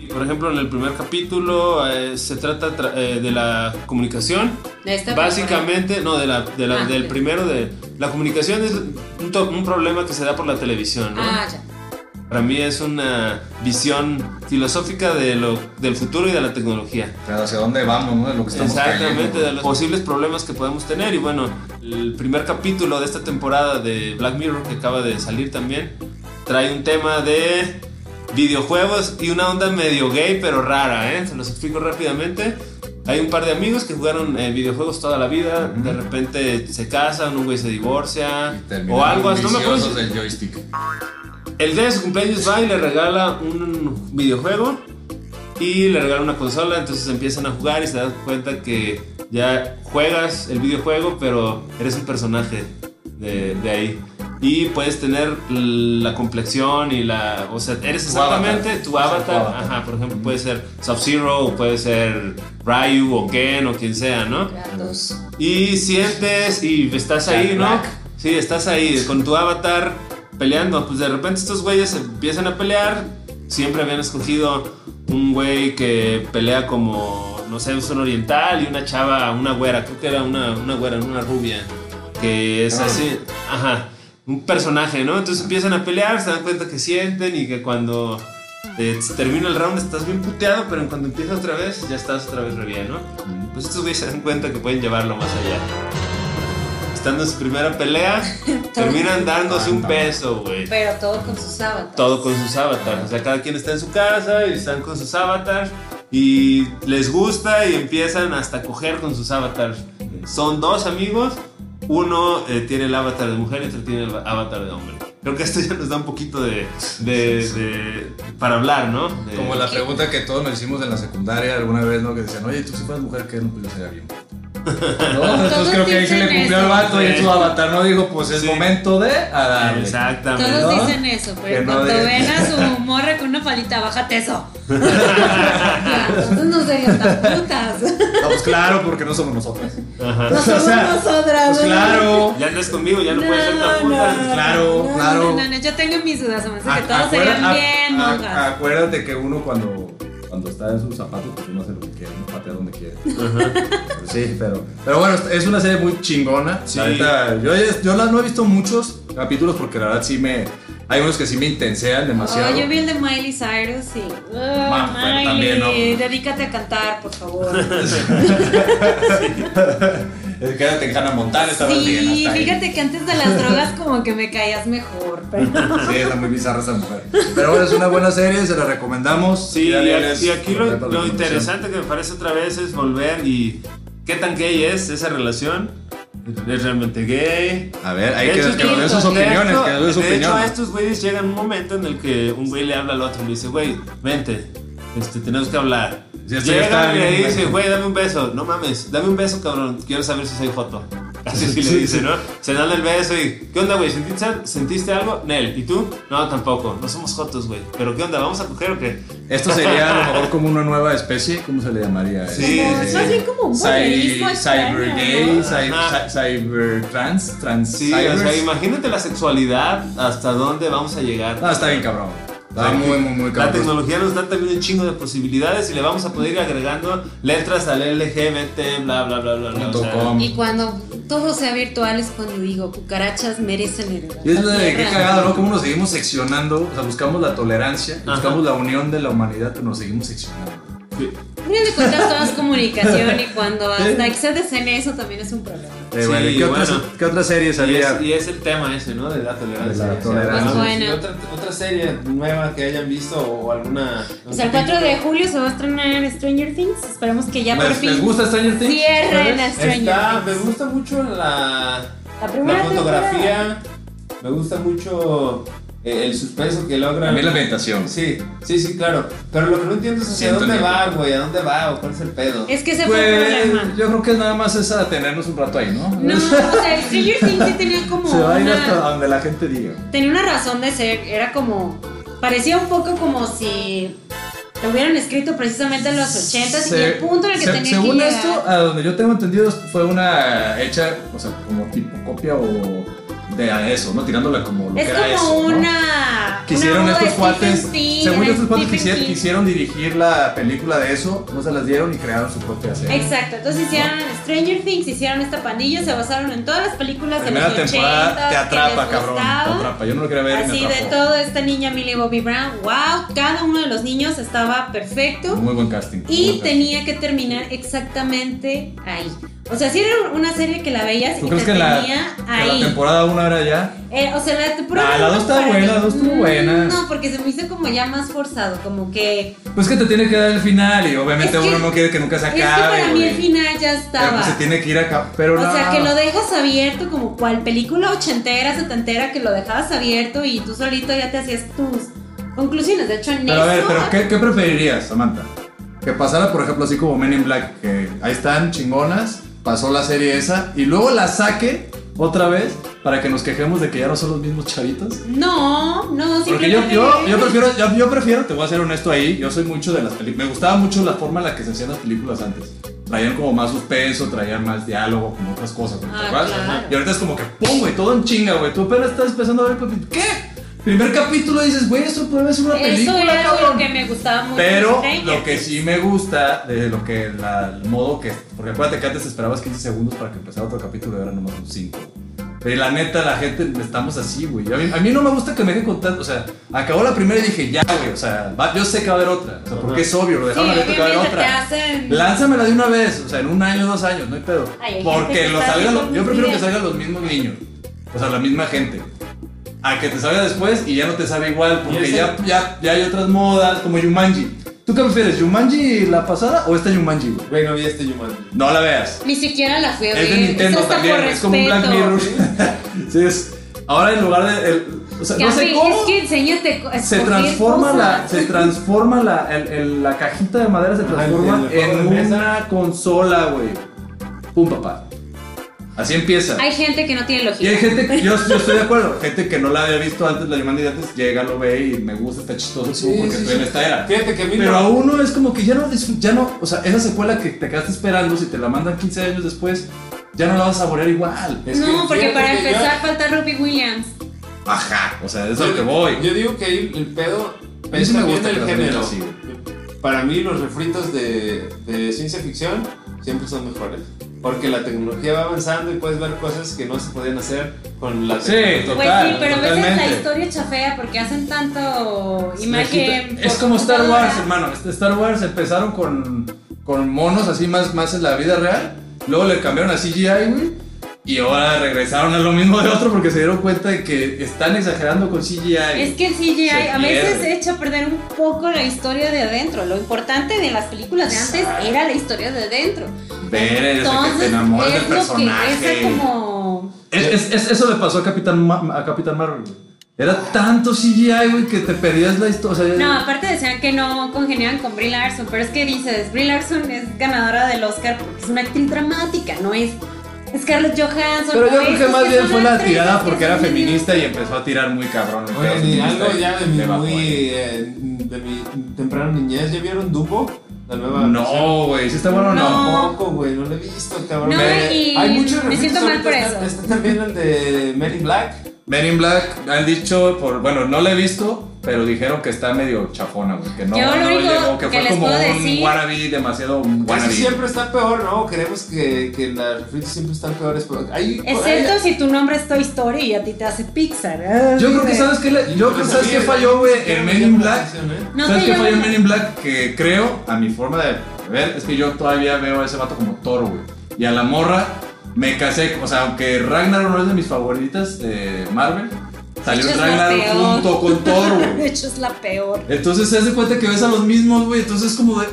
S3: Y, Por ejemplo, en el primer capítulo eh, se trata tra- eh, de la comunicación,
S2: De esta
S3: Básicamente, no, de la, de la-
S2: Ah,
S3: del
S2: ok.
S3: primero de... La comunicación es un, to- un problema que se da por la televisión, ¿no?
S2: persona. Ah, ya.
S3: Para mí es una visión filosófica de lo, del futuro y de la tecnología.
S6: Pero hacia dónde vamos, ¿no? De lo que estamos
S3: Exactamente,
S6: cayendo.
S3: de los posibles problemas que podemos tener. Y bueno, el primer capítulo de esta temporada de Black Mirror, que acaba de salir también, trae un tema de videojuegos y una onda medio gay, pero rara, ¿eh? Se los explico rápidamente. Hay un par de amigos que jugaron eh, videojuegos toda la vida, de repente se casan, un güey se divorcia, o
S6: Terminamos
S3: algo, así, no me acuerdo
S6: viciosos del joystick.
S3: el día de su cumpleaños va y le regala un videojuego y le regala una consola, entonces empiezan a jugar y se dan cuenta que ya juegas el videojuego, pero eres un personaje de, de ahí. Y puedes tener la complexión y la... O sea, eres
S6: Tu avatar.
S3: exactamente tu
S6: O sea, tu
S3: avatar.
S6: avatar.
S3: Ajá, por ejemplo, puede ser Sub-Zero, o puede ser Ryu o Ken o quien sea, ¿no?
S2: Kratos.
S3: Y sientes y estás ahí, ¿no?
S6: Black.
S3: Sí, estás ahí con tu avatar peleando. Pues de repente estos güeyes empiezan a pelear. Siempre habían escogido un güey que pelea como, no sé, un oriental y una chava, una güera. Creo que era una, una güera, una rubia. Que
S6: Ah.
S3: es así, ajá, un personaje, ¿no? Entonces empiezan a pelear, se dan cuenta que sienten y que cuando eh, se termina el round, estás bien puteado, pero en cuanto empieza otra vez, ya estás otra vez re bien, ¿no? Pues estos güeyes se dan cuenta que pueden llevarlo más allá. Estando en su primera pelea, terminan dándose un peso, güey.
S2: Pero todo con sus sábados.
S3: Todo con sus avatars. O sea, cada quien está en su casa y están con sus avatars. Y les gusta y empiezan hasta a coger con sus avatars. Son dos amigos. Uno eh, tiene el avatar de mujer y otro tiene el avatar de hombre. Creo que esto ya nos da un poquito de. de- de- para hablar, ¿no? De-
S6: Como la pregunta que todos nos hicimos en la secundaria alguna vez, ¿no? Que decían, oye, tú si fueras mujer, ¿qué? No, pues yo sería bien. ¿No?
S2: Todos
S6: Entonces creo que ahí se le
S2: dicen
S6: cumplió al
S2: eso.
S6: vato y en
S3: Sí.
S6: su avatar no dijo, pues es
S3: Sí.
S6: momento de a darle.
S3: Exactamente.
S2: Todos
S6: ¿no?
S2: dicen eso, pero
S6: Que no
S2: cuando
S6: de-
S2: ven a su morra con una palita, bájate eso. Ya, Entonces no serían tan putas.
S4: No, pues claro, porque no somos nosotros.
S3: Ajá.
S2: No somos nosotras.
S4: Pues
S2: ¿no?
S4: claro.
S3: Ya no es conmigo, ya no, puede ser tan puta.
S4: Claro,
S2: no,
S4: claro.
S2: no, no, no, yo tengo mis dudas, me
S4: A-
S2: hace que todos
S4: acuerda-
S2: serían
S4: a-
S2: bien
S4: a-
S2: monjas.
S4: Acuérdate que uno cuando, cuando está en sus zapatos, pues uno hace lo que quiere, uno patea donde quiere. Pero sí, pero, pero bueno, es una serie muy chingona.
S3: Sí.
S4: La neta, yo, yo la- no he visto muchos capítulos porque la verdad sí me. Hay unos que sí me intensean demasiado.
S2: Oh, yo vi el de Miley Cyrus y. oh,
S4: Ma- bueno,
S2: Miley,
S4: también, ¿no?
S2: dedícate a cantar, por favor.
S4: Es que Quédate en Hannah Montana, estabas bien.
S2: sí,
S4: hasta ahí.
S2: fíjate que antes de las drogas, como que me caías mejor. Pero...
S4: Sí, está muy bizarra esa mujer. Pero bueno, es una buena serie, se la recomendamos.
S3: Sí, y,
S4: Ya leerles
S3: y aquí lo,
S4: completa la
S3: lo
S4: recomendación.
S3: interesante que me parece otra vez es volver y qué tan gay es esa relación. ¿Es realmente gay?
S4: A ver, hay
S3: De
S4: que,
S3: hecho,
S4: que nos den sus
S3: de
S4: opiniones,
S3: hecho-
S4: que nos den su
S3: de hecho,
S4: opinión.
S3: a estos güeyes llega un momento en el que un güey le habla al otro y le dice, güey, vente, este, tenemos que hablar.
S4: Sí, esto ya
S3: llega
S4: está
S3: y le
S4: bien,
S3: dice,
S4: güey.
S3: güey, dame un beso. No mames, dame un beso, cabrón, quiero saber si soy foto. Así sí le
S4: Sí,
S3: dice,
S4: sí.
S3: ¿no? Se dan el beso y, ¿qué onda, güey? ¿Sentiste, sentiste algo? Nel, ¿y tú? No, tampoco, no somos jotos, güey. ¿Pero qué onda? ¿Vamos a coger o qué?
S4: Esto sería a lo mejor como una nueva especie, ¿cómo se le llamaría?
S3: Sí,
S2: Como-
S3: sí.
S2: Más bien como un
S4: Cy-
S2: modernismo extraño,
S4: cyber
S2: ¿no?
S4: gay, cy-
S3: Ajá.
S4: cy- cyber trans, trans
S3: Sí, o
S4: cybers.
S3: sea, imagínate la sexualidad, hasta dónde vamos a llegar.
S4: No, está bien cabrón. Está
S3: Sí.
S4: muy, muy, muy
S3: La
S4: Ah, cabrón.
S3: tecnología nos da también un chingo de posibilidades y le vamos a poder ir agregando letras al LGBT, bla, bla, bla, bla, bla. o
S4: Punto
S3: sea,
S4: com.
S2: Y cuando todo sea virtual es cuando digo, cucarachas merecen el.
S4: Y es lo de qué cagado, ¿no? Cómo nos seguimos seccionando, o sea, buscamos la tolerancia,
S3: Ajá.
S4: buscamos la unión de la humanidad, pero nos seguimos seccionando.
S2: Al final de cuentas todo es comunicación y cuando hasta excedes en eso también es un problema.
S4: Eh,
S3: Sí,
S4: bueno, ¿qué,
S3: bueno.
S4: Otras, ¿Qué otra serie
S3: y,
S4: salía?
S3: es, y es el tema ese, ¿no? De la tolerancia.
S4: De la tolerancia.
S3: Ajá.
S2: Bueno.
S5: Y Otra, otra serie nueva que hayan visto o alguna.
S2: O sea, Pues el 4 de julio se va a estrenar Stranger Things. Esperemos que ya por
S4: Pues, ¿Les, les
S2: fin
S4: gusta Stranger Things?
S2: cierren a Stranger
S5: Está, me
S2: Things.
S5: gusta mucho la,
S2: La primera
S5: la fotografía, me gusta mucho eh, el suspenso que logra.
S4: A mí la ambientación.
S5: Sí, sí, sí, claro. Pero lo que no entiendo es hacia
S4: Siento
S5: dónde
S4: el
S5: va, güey, a dónde va o cuál es el pedo.
S2: Es que ese fue el
S4: Pues
S2: problema.
S4: yo creo que nada más es atenernos un rato ahí, ¿no?
S2: No, o sea, el Stranger Things sí tenía como
S4: Se va a ir
S2: una-
S4: hasta donde la gente diga.
S2: tenía una razón de ser, era como, parecía un poco como si lo hubieran escrito precisamente en los 80 y
S4: Se-
S2: el punto en el que
S4: se-
S2: tenía
S4: según
S2: que llegar.
S4: esto, a donde yo tengo entendido, fue una hecha, o sea, como tipo copia o de a eso, ¿no? Tirándola como lo que
S2: es
S4: era
S2: como
S4: eso. ¿no?
S2: una.
S4: Quisieron
S2: una moda
S4: estos
S2: de
S4: cuates,
S2: Stephen King,
S4: según
S2: era
S4: estos cuates
S2: Stephen
S4: quisier-
S2: King.
S4: quisieron dirigir la película de eso, no se las dieron y crearon su propia serie.
S2: Exacto, entonces hicieron Stranger Things, hicieron esta pandilla, se basaron en todas las películas de los
S4: Primera
S2: 80
S4: temporada te atrapa,
S2: que les
S4: cabrón. Te
S2: gustaban.
S4: atrapa. Yo no lo quería ver y
S2: Así
S4: me
S2: de
S4: atrapó.
S2: todo, esta niña Millie Bobby Brown, wow, cada uno de los niños estaba perfecto.
S4: Muy buen casting. muy buen
S2: Y
S4: casting.
S2: tenía que terminar exactamente ahí. O sea, si era una serie que la veías y
S4: ¿Tú
S2: te
S4: crees que la,
S2: tenía
S4: que la
S2: ahí.
S4: temporada 1 era ya?
S2: Eh, o sea, la temporada.
S4: Ah, la
S2: uno
S4: dos está
S2: para
S4: buena,
S2: mí-
S4: la dos estuvo
S2: Mm,
S4: buena.
S2: No, porque se me hizo como ya más forzado, como que.
S4: Pues que te tiene que dar el final y obviamente
S2: Es que-
S4: uno no quiere que nunca se
S2: es
S4: acabe.
S2: que para mí el
S4: güey.
S2: final ya
S4: Pero
S2: estaba.
S4: pues se tiene que ir acá. Pero
S2: o
S4: no.
S2: sea, que lo dejas abierto, como cual película ochentera, setentera, que lo dejabas abierto y tú solito ya te hacías tus conclusiones. De hecho, en
S4: Pero a ver,
S2: eso-
S4: pero ¿qué, qué preferirías, Samantha? Que pasara, por ejemplo, así como Men in Black, que ahí están chingonas, pasó la serie esa, y luego la saque otra vez para que nos quejemos de que ya no son los mismos chavitos.
S2: No, no,
S4: Porque yo,
S2: simplemente.
S4: yo, yo prefiero, yo, yo prefiero, te voy a ser honesto ahí, yo soy mucho de las películas, me gustaba mucho la forma en la que se hacían las películas antes. Traían como más suspenso, traían más diálogo, como otras cosas, güey, ¿te
S2: Ah,
S4: acuerdas?
S2: claro.
S4: Y ahorita es como que pum, güey, todo en chinga, güey. Tú apenas estás empezando a ver el capítulo. ¿Qué? Primer capítulo y dices, güey, eso puede ser una
S2: Eso
S4: película,
S2: era lo
S4: cabrón.
S2: que me gustaba mucho. de
S4: Pero
S2: Stranger
S4: lo que
S2: Things.
S4: sí me gusta de lo que la- el modo que. Porque acuérdate que antes esperabas 15 segundos para que empezara otro capítulo y ahora nomás son 5. Pero la neta, la gente, estamos así, güey. A mí, a mí no me gusta que me den contando. O sea, acabó la primera y dije, ya, güey. O sea, va- yo sé que va a haber otra. O sea, porque es obvio, lo
S2: Sí,
S4: dejaron abierto que va a haber
S2: obviamente te
S4: otra.
S2: hacen.
S4: Lánzamela de una vez, o sea, en un año, dos años, no hay pedo.
S8: Ay, hay gente
S4: Porque
S8: que
S4: lo
S8: está
S4: salgan,
S8: haciendo
S4: yo prefiero que
S8: bien.
S4: salgan los mismos niños, o sea, la misma gente. A que te salga después y ya no te sabe igual,
S5: Y
S4: porque
S5: ese-
S4: ya, ya, ya hay otras modas, como Yumanji. ¿Tú qué prefieres, Yumanji la pasada o esta Yumanji, güey?
S5: Güey, no vi este Jumanji.
S4: No la veas.
S2: Ni siquiera la fui a ver.
S4: Es de
S2: Eso
S4: Nintendo
S2: hasta
S4: también,
S2: por
S4: es como un Black
S2: respeto.
S4: Mirror. sí, es. Ahora en lugar de. el- o sea,
S2: Que
S4: no
S2: a
S4: sé
S2: mí,
S4: cómo.
S2: Es que enséñate co- a
S4: Se
S2: escoger
S4: transforma, la,
S2: cosas.
S4: se transforma la, el- el- la cajita de madera, se
S5: Ajá,
S4: transforma
S5: el- el juego
S4: en
S5: de mesa.
S4: una consola, güey. Pum, papá. Así empieza.
S2: Hay gente que no tiene
S4: Y
S2: lógica.
S4: hay gente, yo, yo estoy de acuerdo, gente que no la había visto antes, la Yumanji de antes, llega, lo ve y me gusta, está chistoso,
S5: Sí,
S4: porque
S5: sí,
S4: estoy
S5: sí.
S4: en esta era.
S5: Fíjate que a mí
S4: Pero
S5: no-
S4: a uno es como que ya no, disfr- ya no, o sea, esa secuela que te quedaste esperando, si te la mandan 15 años después, ya no la vas a saborear igual.
S5: Es que
S2: no, porque
S5: fíjate
S2: para
S5: que yo-
S2: empezar falta Robbie Williams.
S4: Ajá, o sea, es a
S5: yo-
S4: lo que voy.
S5: Yo digo que ahí el pedo
S4: A mí sí
S5: es
S4: me
S5: también
S4: gusta que
S5: el
S4: las vean
S5: género.
S4: así, güey.
S5: Para mí los refritos de, de ciencia ficción siempre son mejores. Porque la tecnología va avanzando y puedes ver cosas que no se podían hacer con la
S4: Sí,
S5: tecnología.
S2: Pues
S4: Total,
S2: sí, pero a veces
S4: totalmente.
S2: la historia chafea porque hacen tanto imagen.
S4: Es
S2: por
S4: como Star
S2: computadora.
S4: Wars, hermano. Este, Star Wars empezaron con, con monos así más, más en la vida real. Luego le cambiaron a CGI, güey. Y ahora regresaron a lo mismo de otro porque se dieron cuenta de que están exagerando con CGI.
S2: Es que el CGI
S4: Se
S2: a veces
S4: pierde.
S2: echa a perder un poco la historia de adentro. Lo importante de las películas de antes era la historia de adentro.
S4: Ver, es de que te
S2: Entonces,
S4: enamores
S2: es
S4: del personaje.
S2: Lo que es como...
S4: Es- es- es- eso le pasó a Capitán, Ma- a Capitán Marvel, güey. Era tanto CGI, güey, que te perdías la historia.
S2: No, aparte decían que no congeniaban con Brie Larson, pero es que dices, Brie Larson es ganadora del Oscar porque es una actriz dramática, no es Scarlett Johansson.
S4: Pero
S2: no
S4: yo
S2: es-
S4: creo que
S2: es
S4: más bien
S2: son
S4: fue la
S2: actrices
S4: tirada
S2: que
S4: porque era
S2: son-
S4: feminista y empezó a tirar muy cabrón. el pedo
S5: Oye, ni
S4: feminista
S5: algo
S4: y
S5: ya de mi,
S4: le bajó
S5: muy,
S4: ahí.
S5: eh, de mi temprana niñez. ¿Ya vieron Dumbo? La nueva versión.
S4: No, güey, si está bueno o no.
S5: Tampoco, güey, no lo he visto, cabrón.
S2: No,
S5: Me-
S2: y
S5: Hay muchos
S2: me siento
S5: refritos
S2: mal por
S5: ahorita. Está,
S2: eso.
S5: está también el de Men in Black.
S4: Men in Black han dicho, por, bueno, no la he visto, pero dijeron que está medio chafona, güey. Que no,
S2: Yo lo
S4: no
S2: único
S4: llegó,
S2: que
S4: que fue
S2: les
S4: como
S2: puedo
S4: un
S2: decir-
S4: wannabe demasiado
S5: Casi
S4: wannabe.
S5: siempre está peor, ¿no? Queremos que, que las refritos siempre están peores. Pero hay,
S2: Excepto si tu nombre es Toy Story y a ti te hace Pixar.
S4: Yo creo que sabes que yo creo que sabes qué falló, güey, en Men in Black.
S5: ¿eh?
S2: No
S4: ¿Sabes
S2: te
S4: qué
S2: llama-
S4: falló en Men in Black? Que creo, a mi forma de ver, es que yo todavía veo a ese vato como toro, güey. Y a la morra me casé, o sea, aunque Ragnarok no es de mis favoritas de Marvel, salió
S2: Hecho es la
S4: Ragnarok
S2: peor.
S4: junto con Thor,
S2: De
S4: güey.
S2: hecho es la peor.
S4: Entonces se hace cuenta que ves a los mismos, güey. Entonces es como de.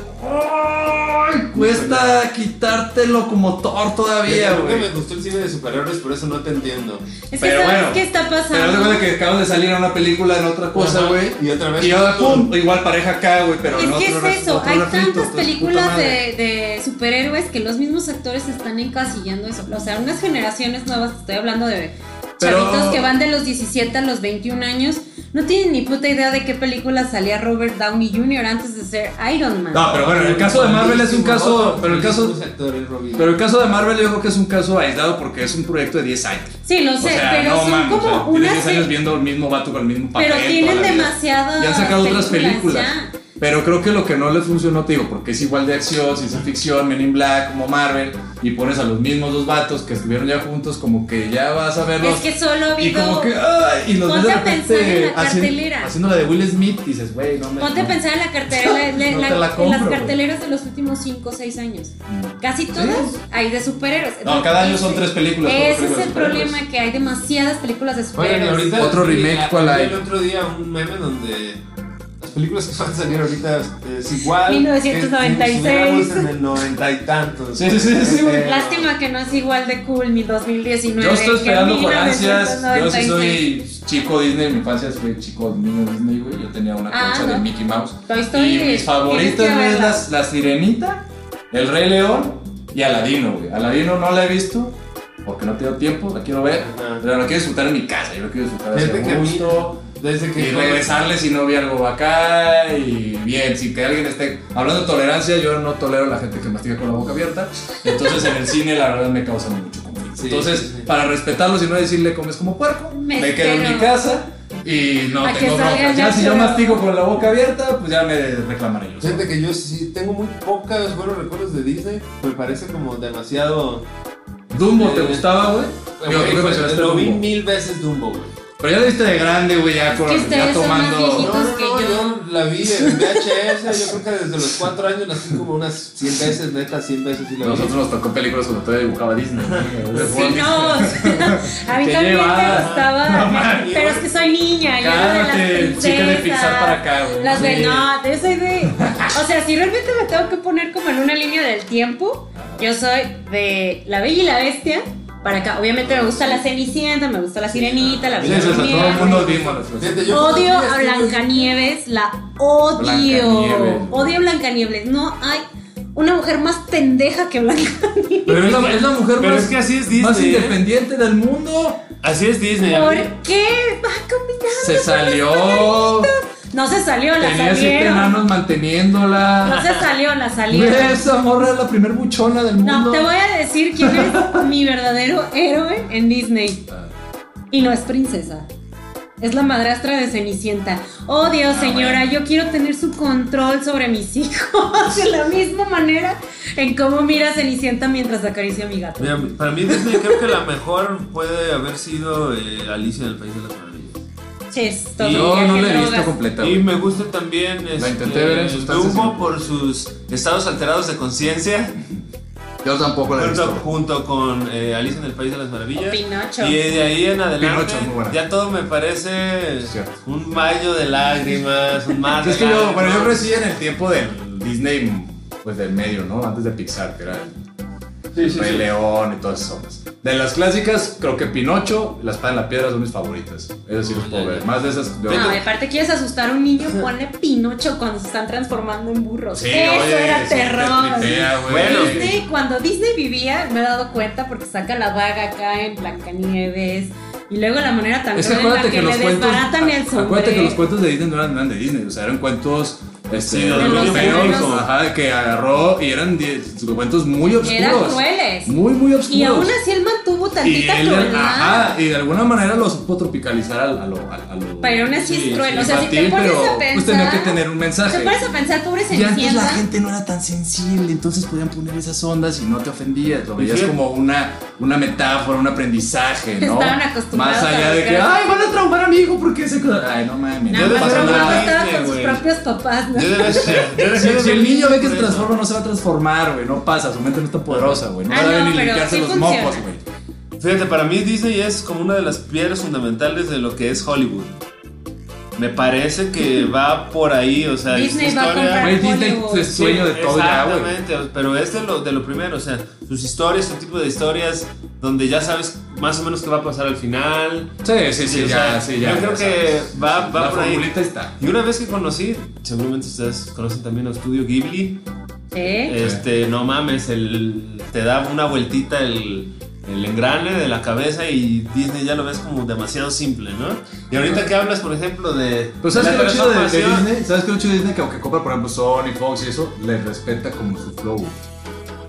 S4: ¡Ay! Cuesta quitártelo como Thor todavía,
S5: Nunca me
S4: güey.
S5: gustó el cine de superhéroes, por eso no te entiendo.
S2: Es que
S4: Pero
S2: sabes
S4: bueno,
S2: qué está
S4: Pero haz de
S2: pasando.
S4: cuenta que acabas de salir a una película en otra cosa,
S5: Ajá,
S4: güey.
S5: Y otra vez.
S4: Y ahora,
S5: con-
S4: pum, igual pareja acá, güey, pero en
S2: es que
S4: otro
S2: es
S4: re-
S2: eso,
S4: otro
S2: hay
S4: refrito,
S2: tantas
S4: entonces, puta
S2: películas de,
S4: madre.
S2: de superhéroes que los mismos actores están encasillando eso. O sea, unas generaciones nuevas, estoy hablando de
S4: Pero-
S2: chavitos que van de los 17 a los 21 años, no tienen ni puta idea de qué película salía Robert Downey Jr. antes de ser Iron Man.
S4: No, pero bueno, el caso de Marvel es un caso. Pero el caso.
S5: Muchísimos actores, Robin.
S4: Pero el caso de Marvel yo creo que es un caso aislado porque es un proyecto de 10 años.
S2: sí, lo sé,
S4: o sea,
S2: pero
S4: no
S2: son
S4: mames, o
S2: como
S4: sea,
S2: unas...
S4: tienes 10 años
S2: se-
S4: viendo el mismo vato con el mismo papel.
S2: pero tienen
S4: toda la vida.
S2: demasiadas
S4: Y han sacado otras películas.
S2: ya.
S4: Pero creo que lo que no le funcionó, te digo, porque es igual de acción, ciencia ficción, Men in Black, como Marvel, y pones a los mismos dos vatos que estuvieron ya juntos, como que ya vas a verlos.
S2: Es que solo ha
S4: y
S2: habido...
S4: como que, ¡ay! Y los ves
S2: Ponte
S4: de
S2: a pensar en
S4: repente
S2: la
S4: haciendo,
S2: cartelera.
S4: haciendo la de Will Smith, y dices, güey, no me.
S2: Ponte a
S4: no".
S2: pensar en la cartelera, la-
S4: No te
S2: la-
S4: la compro,
S2: en las
S4: güey.
S2: carteleras de los últimos 5 o 6 años. Casi todas hay de superhéroes.
S4: No, cada año son
S2: Ese-
S4: tres películas. cuatro
S2: Ese es
S4: películas
S2: el
S4: de superhéroes.
S2: problema, que hay demasiadas películas de
S5: Oigan, y
S2: superhéroes.
S5: ahorita.
S4: Otro remake,
S5: vi-
S4: ¿cuál
S5: vi
S4: hay?
S5: El otro día un meme donde. Las películas que van a salir ahorita eh, es igual.
S2: 1996.
S5: que si estuviéramos en el noventa y tantos. Este,
S4: Sí, sí, sí, sí, güey.
S2: Este, Lástima que no es igual de cool mi 2019.
S4: Yo estoy esperando con ansias. Yo sí
S2: sí
S4: soy chico Disney. Mi infancia fue chico niño Disney, güey. Yo tenía una
S2: Ah,
S4: concha
S2: no.
S4: de Mickey Mouse.
S2: Toy Story,
S4: y mis
S2: tienes
S4: favoritas
S2: que
S4: güey, es
S2: verla.
S4: las- la Sirenita, El Rey León y Aladino, güey. Aladino no la he visto porque no tengo tiempo. La quiero ver.
S5: Ajá.
S4: Pero la quiero disfrutar en mi casa. Yo la quiero disfrutar
S5: Desde que
S4: hacia
S5: a mí-
S4: gusto.
S5: Desde que.
S4: Y regresarle si no vi algo acá y bien, si que alguien esté hablando de tolerancia, yo no tolero a la gente que mastiga con la boca abierta, entonces en el cine la verdad me causa mucho conflicto.
S5: Sí,
S4: entonces,
S5: sí, sí.
S4: para respetarlos y no decirle comes como puerco,
S2: Me
S4: me, quedo en
S2: espero.
S4: mi casa y no
S2: A que
S4: tengo
S2: salga
S4: broncas.
S2: ya
S4: Ya si yo
S2: fuera.
S4: mastigo con la boca abierta, pues ya me reclamaré ellos.
S5: Gente que yo sí tengo muy pocos buenos recuerdos de Disney, me parece como demasiado.
S6: Dumbo, ¿te
S3: Eh,
S6: gustaba, güey? Yo-
S3: Güey,
S6: yo
S3: pues,
S6: mencionaste
S3: lo vi
S6: Dumbo.
S3: mil veces Dumbo, güey.
S6: Pero ya lo viste de grande, güey, ya, con,
S2: que
S6: ya
S2: ustedes son más
S6: tomando.
S2: viejitos.
S5: No, no,
S2: que
S5: no,
S2: yo.
S5: yo la vi en VHS, yo creo que desde los 4 años la vi como unas 100 veces, neta, 100 veces y la vi.
S6: Nosotros nos tocó películas cuando todavía dibujaba Disney.
S2: Sí, no, o sea, a mí
S6: Qué
S2: también
S6: llevada.
S2: me gustaba, pero es que soy niña, yo era de las
S6: Cálmate,
S2: princesas,
S6: chica de Pixar para acá, güey.
S2: las de,
S6: Sí.
S2: no, yo soy de, o sea, si realmente me tengo que poner como en una línea del tiempo, yo soy de La Bella y la Bestia para acá, obviamente me gusta La Cenicienta, me gusta La Sirenita,
S6: Sí,
S2: La Bella
S6: eso, eso, todo el mundo vimos las cosas.
S5: Fíjate, yo
S2: Odio
S5: cuando
S2: a
S5: vi este esto,
S2: Blancanieves, la odio.
S6: Blancanieves.
S2: Odio a Blancanieves. No hay una mujer más pendeja que Blancanieves.
S6: Pero es la, es la mujer
S3: Pero
S6: más,
S3: es que así es
S6: más
S3: Disney. ¿eh?
S6: independiente del mundo.
S3: Así es Disney. a
S2: ¿Por
S3: mí-
S2: qué va combinando?
S6: Se
S2: con
S6: salió.
S2: los- No se salió, la
S6: Tenía siete
S2: salieron.
S6: enanos
S2: No
S6: manteniéndola.
S2: se salió, la salieron.
S6: Esa morra es la primer buchona del mundo.
S2: No, te voy a decir quién es mi verdadero héroe en Disney. Y no es princesa. Es la madrastra de Cenicienta. Oh Dios,
S4: Ah,
S2: señora, yo quiero tener su control sobre mis hijos. De la misma manera en cómo mira a Cenicienta mientras acaricia a mi gato.
S3: Mira, para mí Disney creo que la mejor puede haber sido eh, Alicia en el País de las Maravillas.
S2: Ches, todo
S6: Yo
S2: el
S6: no
S2: día
S6: la
S2: que
S6: he visto
S2: drogas.
S6: completa. güey.
S3: Y me gusta también este,
S6: intenté ver en sustancias
S3: Dumbo
S6: y-
S3: por sus estados alterados de conciencia
S6: Yo tampoco la he
S3: junto,
S6: visto.
S3: junto con eh, Alicia en el País de las Maravillas.
S2: O Pinocho.
S3: Y de ahí en adelante
S6: Pinocho, muy buena.
S3: ya todo me parece
S6: Cierto.
S3: un mayo de lágrimas, un mar de
S4: Pues Es que yo,
S3: lágrimas.
S4: bueno, yo crecí en el tiempo del Disney, pues del medio, ¿no? Antes de Pixar, que era el Rey León y todas esas obras. De las clásicas, creo que Pinocho, La Espada en la Piedra son mis favoritas. Esas
S6: Oh,
S4: sí las puedo ver. Más de esas. de
S6: Ah,
S2: No,
S4: otras-
S2: y aparte quieres asustar a un niño, ponle Pinocho cuando se están transformando en burros.
S4: Sí,
S2: Eso
S4: oye,
S2: era
S4: sí, te
S2: terror.
S4: tripea, güey.
S3: Bueno.
S2: Disney, este, cuando Disney vivía, me he dado cuenta porque saca la vaga acá en Blancanieves. Y luego la manera tan
S6: Es que
S2: cruel en la
S6: acuérdate
S2: que,
S6: que
S2: le
S6: los cuentos.
S2: desbaratan el sombrero.
S6: Acuérdate que los cuentos de Disney no eran, eran de Disney, o sea, eran cuentos. Este,
S3: Sí, de los
S6: europeos,
S2: europeos.
S6: ajá, que agarró y eran de- cuentos muy
S2: Y
S6: oscuros.
S2: eran crueles.
S6: Muy, muy oscuros.
S2: Y aún así él mantuvo
S6: Y
S2: tantita
S6: él,
S2: crueldad.
S6: ajá, y de alguna manera lo supo tropicalizar al- a, lo, a, a lo-
S2: Pero aún así
S3: Sí,
S2: es cruel.
S3: sí,
S2: o sea, si te
S6: infantil,
S2: pones
S6: pero,
S2: a pensar.
S6: pues, tenía que tener un mensaje.
S2: Te pones a pensar, pobre
S4: Y antes la
S2: Cenicienta.
S4: gente no era tan sensible, entonces podían poner esas ondas y no te ofendías. Lo veías
S3: fíjate-
S4: como una, una metáfora, un aprendizaje, ¿no?
S2: Estaban acostumbrados
S4: Más
S2: a
S4: allá
S2: los
S4: de que,
S2: grandes.
S4: ay, van a traumar a mi hijo porque se. Ay, no mames.
S2: Nada
S3: Yo
S2: más
S3: de-
S2: pero
S3: yo de-
S2: cuando estaba
S3: Disney,
S2: con sus
S3: güey.
S2: propios papás, ¿no?
S3: Yo de vez- yo de- yo
S4: Si,
S3: de-
S4: si el niño ve que se transforma, no se va a transformar, güey. No pasa, su mente no es tan poderosa, güey. No
S2: Ah,
S4: sabe
S2: no,
S4: ni
S2: pero
S4: limpiarse
S2: sí
S4: los
S2: funciona.
S4: mocos, güey.
S3: Fíjate, para mí Disney es como una de las piedras fundamentales de lo que es Hollywood. Me parece que va por ahí, o sea,
S2: Disney
S3: esta
S2: va a comprar
S6: Güey, Disney
S2: Hollywood.
S6: es sueño de todo ya, güey.
S3: Exactamente, pero es de lo, de lo primero, o sea, sus historias, su tipo de historias donde ya sabes más o menos qué va a pasar al final.
S6: Sí, sí, sí,
S3: o
S6: ya,
S3: sea,
S6: sí, ya.
S3: Yo creo
S6: ya
S3: que
S6: sabes.
S3: va, va
S6: La
S3: por ahí.
S6: formulita está.
S3: Y una vez que conocí, seguramente ustedes conocen también a Studio Ghibli,
S2: ¿Eh?
S3: este, no mames, el, te da una vueltita el, el engrane de la cabeza y Disney ya lo ves como demasiado simple, ¿no? Y ahorita que hablas, por ejemplo, de...
S4: Pero Pues, ¿sabes
S3: la
S4: qué es lo chido de, de
S3: transformación-
S4: Disney? ¿Sabes qué es lo chido de Disney? Que aunque compra, por ejemplo, Sony, Fox y eso, le respeta como su flow.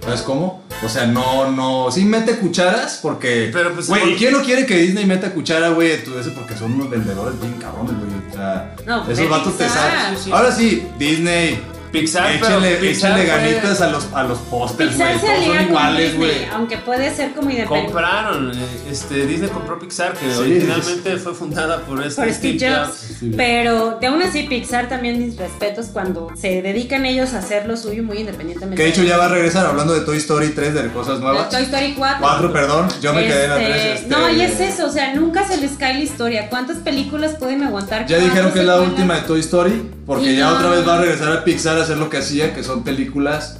S4: ¿Sabes cómo? O sea, no, no. Sí mete cucharas porque.
S3: Pero, pues,
S4: Güey,
S3: por-
S4: ¿y quién no quiere que Disney meta cuchara, güey? Tú ese porque son unos vendedores bien cabrones, güey. O sea,
S2: No, de
S4: esos vatos te
S2: Pixar.
S4: saben.
S3: Sí, sí.
S4: Ahora sí, Disney.
S3: Pixar, pero
S4: échenle,
S3: Pixar
S4: échenle
S3: fue-
S4: ganitas a los, a los pósters,
S2: Pixar
S4: güey.
S2: se
S4: Todos son
S2: alía con
S4: iguales,
S2: Disney,
S4: güey.
S2: aunque puede ser como independiente.
S3: Compraron, eh, este, Disney compró Pixar, que
S4: Sí.
S3: originalmente fue fundada por este
S2: por Steve Jobs.
S4: Steve Jobs.
S2: Pero de aún así, Pixar también mis respetos cuando se dedican ellos a hacer lo suyo muy independientemente.
S4: Que de hecho ya va a regresar hablando de Toy Story 3, de cosas
S2: De
S4: nuevas.
S2: Toy Story 4.
S4: 4, perdón. Yo me quedé en la
S2: Este,
S4: 3. este,
S2: No, y es eso, o sea, nunca se les cae la historia. ¿Cuántas películas pueden aguantar?
S4: Ya dijeron
S2: cuatro
S4: que es la
S2: secuelas?
S4: última de Toy Story, porque
S2: Y
S4: ya
S2: no.
S4: otra vez va a regresar a Pixar a hacer lo que hacía, que son películas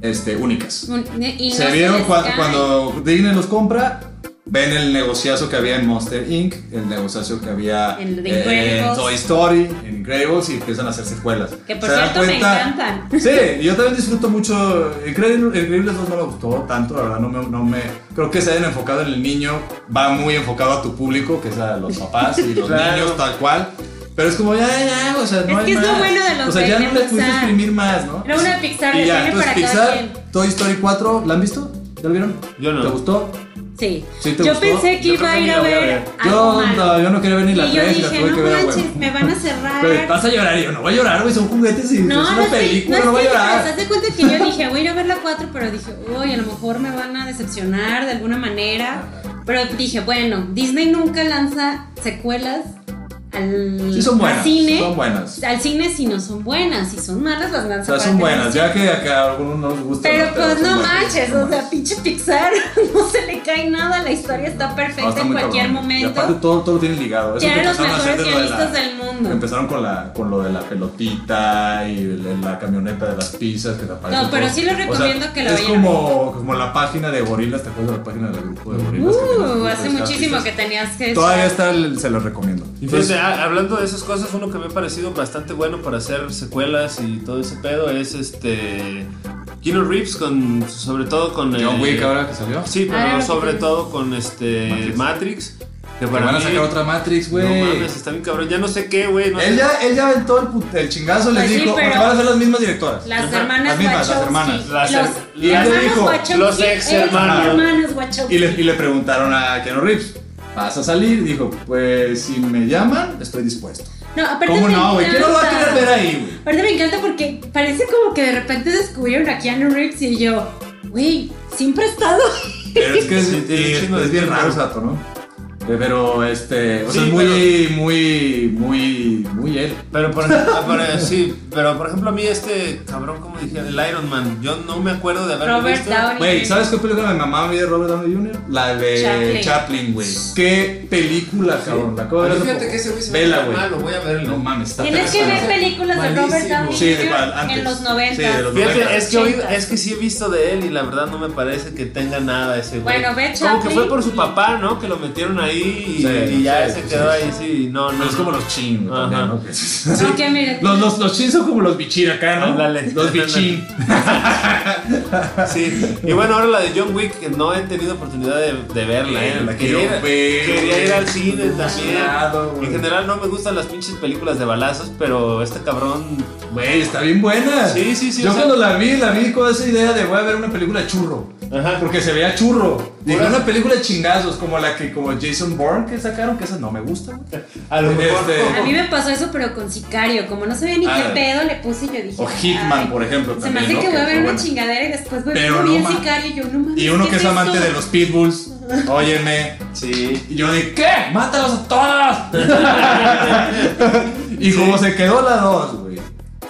S4: este, únicas.
S2: Un- y no
S4: se vieron
S2: les
S4: cua-
S2: cae.
S4: cuando Disney los compra, ven el negociazo que había en Monster Inc., el negociazo que había
S2: En The
S4: eh, en
S2: Incredibles.
S4: Toy Story, en Incredibles, y empiezan a hacer secuelas.
S2: Que, por
S4: Se dan
S2: cierto, me encantan.
S4: Sí, yo también disfruto mucho. Incredibles, Increíbles 2 no me gustó tanto, la verdad, no me, no me. Creo que se hayan enfocado en el niño, va muy enfocado a tu público, que es a los papás y los
S3: Claro.
S4: niños, tal cual. Pero es como, ya, ya, o sea, no
S2: Es
S4: hay
S2: que es lo
S4: más.
S2: bueno de los
S4: O sea, ya
S2: de
S4: no le pudiste
S2: Pixar.
S4: exprimir más, ¿no?
S2: Era una Pixar
S4: Y
S2: de
S4: ya,
S2: cine
S4: entonces
S2: para cada
S4: Pixar,
S2: quien.
S4: Toy Story 4, ¿la han visto? ¿Ya lo vieron?
S3: Yo no.
S4: ¿Te gustó?
S2: Sí.
S4: ¿Sí te
S2: yo
S4: gustó?
S2: pensé que
S3: Yo
S2: iba
S3: creo
S2: a
S3: que
S2: ir
S3: ni
S2: a
S3: la voy a
S2: ver.
S3: ver.
S2: algo
S4: Yo
S2: malo.
S4: no, yo no quería ver ni la
S2: y yo
S4: 3, la
S2: dije,
S4: tuve
S2: no
S4: que ver a
S2: manches,
S4: huevo.
S2: me van a cerrar.
S4: Pero vas a llorar, y yo no voy a llorar, güey, son juguetes y es una
S2: estoy-
S4: película,
S2: no
S4: no voy a
S2: estoy-
S4: llorar.
S2: Pero te das cuenta que yo dije, voy a ir a ver la cuatro, pero dije, uy, a lo mejor me van a decepcionar de alguna manera. Pero dije, bueno, Disney nunca lanza secuelas al,
S4: Sí, son buenas.
S2: al cine.
S4: Son buenas.
S2: Al cine si no son buenas, si son malas las
S4: O
S2: lanza
S4: sea,
S2: para
S4: son
S2: que las
S4: buenas, ya que acá a algunos no les gusta.
S2: Pero pues
S4: son
S2: no
S4: buenas,
S2: manches,
S4: son
S2: o sea,
S4: buenas.
S2: pinche Pixar, no se le cae nada, la historia está
S4: No,
S2: perfecta
S4: está
S2: en
S4: muy
S2: cualquier
S4: cabrón. Y aparte
S2: momento.
S4: todo, todo lo tienen ligado. Eso que
S2: Tiene los
S4: empezaron a hacer
S2: mejores
S4: de lo de
S2: guionistas
S4: la-
S2: del mundo.
S4: Empezaron con, la, con lo de la pelotita y el- el- la camioneta de las pizzas que te aparece
S2: No, pero
S4: todo.
S2: sí les
S4: O sea,
S2: recomiendo que la
S4: Es
S2: vayan a
S4: como, como la página de gorilas, ¿te acuerdas de la página del grupo de gorilas? que tenías
S2: Uh,
S4: todas
S2: hace
S4: estas
S2: muchísimo
S4: pizzas?
S2: que tenías que...
S4: Todavía está, el- se los recomiendo.
S3: Y fíjate, a- hablando de esas cosas, uno que me ha parecido bastante bueno para hacer secuelas y todo ese pedo es este. Keanu Reeves, con, sobre todo con.
S6: John
S3: eh,
S6: Wick ahora que salió.
S3: Sí,
S2: Ah,
S3: pero
S2: lo que
S3: sobre
S2: te-
S3: todo con este.
S4: Matrix.
S3: Matrix. que
S6: Que
S3: para
S6: van a
S3: mí-
S6: sacar otra Matrix,
S3: No
S6: güey.
S3: mames, está bien cabrón. Ya no sé qué, güey. No sé-
S4: Él ya, él ya aventó el, put- el chingazo, les
S2: Pues sí,
S4: dijo,
S2: pero-
S4: porque van a ser las mismas directoras.
S2: Las
S3: Ajá,
S2: hermanas
S4: las mismas, las
S2: Wachowski.
S4: hermanas.
S3: Las
S2: los
S3: her-
S4: y él le
S2: hermanos
S4: dijo,
S2: Wachowski,
S3: los ex
S2: eran
S3: hermanos.
S2: hermanos Wachowski.
S4: Y le, y le preguntaron a Keanu Reeves, ¿vas a salir? Dijo, pues si me llaman, estoy dispuesto.
S2: No, aparte
S4: ¿Cómo
S2: me
S4: no, güey? ¿Quién no lo va a
S2: encanta.
S4: querer ver ahí, güey?
S2: Aparte me encanta porque parece como que de repente descubrieron a Keanu Reeves y yo, güey, siempre ha estado.
S4: Pero es que es,
S3: Sí, tiene
S4: y
S3: un
S4: es-
S3: chingo de
S4: es bien
S3: tiempo.
S4: raro Sato, ¿no? Eh, Pero este, o sea,
S3: Sí,
S4: es muy, muy, muy, muy él.
S3: Pero por, ah, por- sí, pero por ejemplo, a mí este cabrón, como dije, el Iron Man. Yo no me acuerdo de haberlo
S2: Robert
S3: visto.
S2: Downey.
S4: Güey,
S2: Jr.
S4: ¿sabes qué película me mamaba a mí de Robert Downey Jr.? La de
S2: Chaplin.
S4: Chaplin, güey. ¿Qué película, cabrón? La acabo de
S5: Pero
S4: ver hace
S5: fíjate
S4: poco.
S5: que ese güey se
S4: Vela,
S5: ve
S4: güey.
S5: malo, voy a
S4: No
S5: verlo.
S4: mames, está
S2: Tienes que ver
S4: pesada.
S2: películas de
S5: Malísimo.
S2: Robert Downey
S4: Sí, de cual,
S2: Jr.
S4: antes.
S2: en los 90.
S4: Sí, de los
S3: Fíjate,
S4: 90.
S3: es que, hoy-
S2: 80.
S3: es que sí he visto de él y la verdad no me parece que tenga nada ese güey.
S2: Bueno, ve
S3: Como que
S2: Chaplin
S3: fue por su papá, ¿no? Que lo metieron ahí y,
S4: Sí,
S3: y ya
S4: sí,
S3: se
S4: sí,
S3: quedó
S4: sí.
S3: ahí, sí. No, no.
S4: Pero es como
S3: no.
S4: los chin, güey,
S3: Ajá.
S4: también, ¿no? Que-
S2: No, que mira,
S4: Los, los, los chin son como los bichir acá, ¿no?
S3: Ándale.
S4: Los bichín.
S3: Sí. Y bueno, ahora la de John Wick, que no he tenido oportunidad de, de verla, ¿eh?
S4: La
S3: quería,
S4: quiero
S3: ir-
S4: ver.
S3: quería ir al cine también.
S4: Chulado, güey.
S3: en general no me gustan las pinches películas de balazos, pero este cabrón.
S4: Güey, está bien buena.
S3: Sí, sí, sí,
S4: Yo
S3: o sea-
S4: cuando la vi, la vi con esa idea de voy a ver una película churro.
S3: Ajá.
S4: Porque se veía churro. Dije,
S3: Ahora-
S4: una película de chingazos, como la que como Jason Bourne que sacaron, que esa no me gusta. güey.
S3: A lo mejor.
S4: Este-
S2: a mí me pasó eso, pero con Sicario. Como no sabía ni
S4: Ah.
S2: qué pedo le puse, yo dije.
S4: O Hitman,
S2: ay,
S4: por ejemplo,
S2: Se
S4: también,
S2: me hace
S4: ¿no?
S2: que
S4: Que
S2: voy a ver
S4: fue
S2: una
S4: bueno.
S2: chingadera y después voy
S4: Pero
S2: a ver
S4: no ma-
S2: Sicario. Yo no mames.
S4: Y uno
S2: ¿qué
S4: que es
S2: eso?
S4: amante de los pitbulls, óyeme.
S3: Sí.
S4: Y yo de, ¿qué? ¡Mátalos a todas! y como se quedó la 2, güey.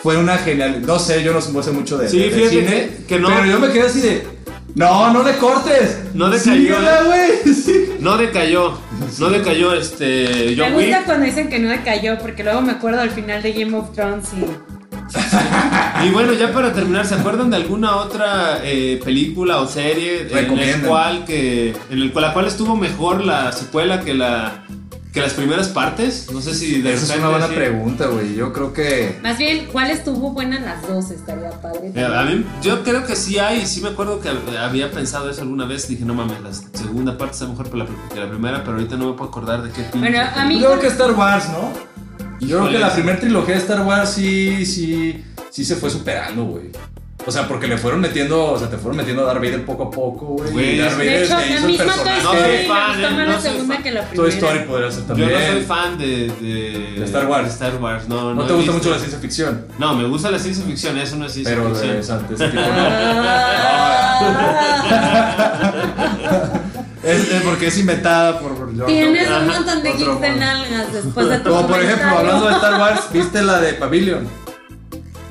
S4: Fue una genial. No sé, yo no sé mucho de,
S3: Sí,
S4: de
S3: fíjate
S4: cine,
S3: que- que no.
S4: Pero yo me quedé así de, no, no le cortes.
S3: No decayó,
S4: Síguela, güey. sí.
S3: No decayó. No decayó este
S2: Me
S3: John
S2: gusta
S3: Wick.
S2: cuando dicen que no decayó, porque luego me acuerdo al final de Game of Thrones y.
S3: Y bueno, ya para terminar, ¿se acuerdan de alguna otra eh, película o serie en el
S4: Recomiéndame.
S3: cual que en el cual, la cual estuvo mejor la secuela que la que las primeras partes? No sé si de
S4: Esa es
S3: repente
S4: una buena
S3: así-
S4: pregunta, güey. Yo creo que.
S2: Más bien, ¿cuál estuvo buena las dos? Estaría padre.
S3: Eh, a mí- yo creo que sí hay, sí me acuerdo que había pensado eso alguna vez. Dije, no mames, la segunda parte está mejor que la, que la primera, pero ahorita no me puedo acordar de qué pinche
S2: Bueno, a mí.
S4: Yo creo que Star Wars, ¿no? Yo creo
S3: Híjole.
S4: que la primera trilogía de Star Wars sí, sí, sí se fue superando, güey. O sea, porque le fueron metiendo, o sea, te fueron metiendo a Darth Vader poco a poco, güey.
S3: Güey,
S4: Y Darth Vader
S2: De hecho,
S4: se
S2: la
S4: hizo el
S2: misma Toy
S4: personaje.
S3: No soy
S2: Story me
S3: fan,
S2: gustó
S3: eh,
S2: más
S3: no
S2: la
S3: soy
S2: segunda
S3: fan.
S2: que la
S4: Toy
S2: primera.
S4: Story podría ser
S3: Yo
S4: también.
S3: no soy fan de, de,
S4: De Star Wars.
S3: Star Wars, no,
S4: No
S3: no
S4: te
S3: he
S4: gusta
S3: visto.
S4: mucho la ciencia ficción,
S3: No, me gusta la ciencia ficción, eso no es ciencia
S4: pero
S3: ficción.
S4: de, o sea, de ese tipo no.
S2: Ah.
S4: Es- es porque es inventada por por George
S2: Tienes
S4: Lucas.
S2: un montón de
S4: Otro
S2: gigs de
S4: mono.
S2: nalgas después de tu
S4: Como por ejemplo,
S2: comentario.
S4: hablando de Star Wars, ¿viste la de Pavilion?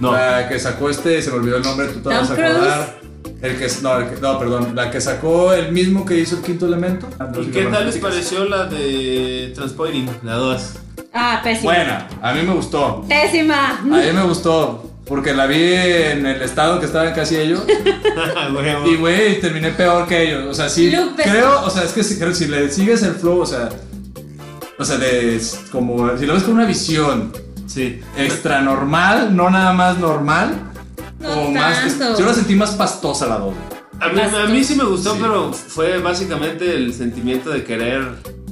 S3: No.
S4: La que sacó este, se me olvidó el nombre, tú te
S2: Tom
S4: vas a acordar. El que, no, el que- no, perdón, la que sacó el mismo que hizo el quinto elemento.
S3: ¿Y qué tal les pareció la de Transpoiring, la 2?
S2: Ah, pésima.
S4: Buena, a mí me gustó.
S2: Pésima.
S4: A mí me gustó. Porque la vi en el estado que estaban casi ellos. Y güey, terminé peor que ellos. O sea, sí.
S2: Lupe.
S4: Creo, o sea, es que si, creo, si le sigues el flow, o sea. O sea, de, como si lo ves con una visión
S3: Sí.
S4: extra normal, no nada más normal.
S2: No
S4: o más que-
S2: tanto.
S4: yo la sentí más pastosa la dos.
S3: A mí, a mí sí me gustó,
S4: Sí.
S3: pero fue básicamente el sentimiento de querer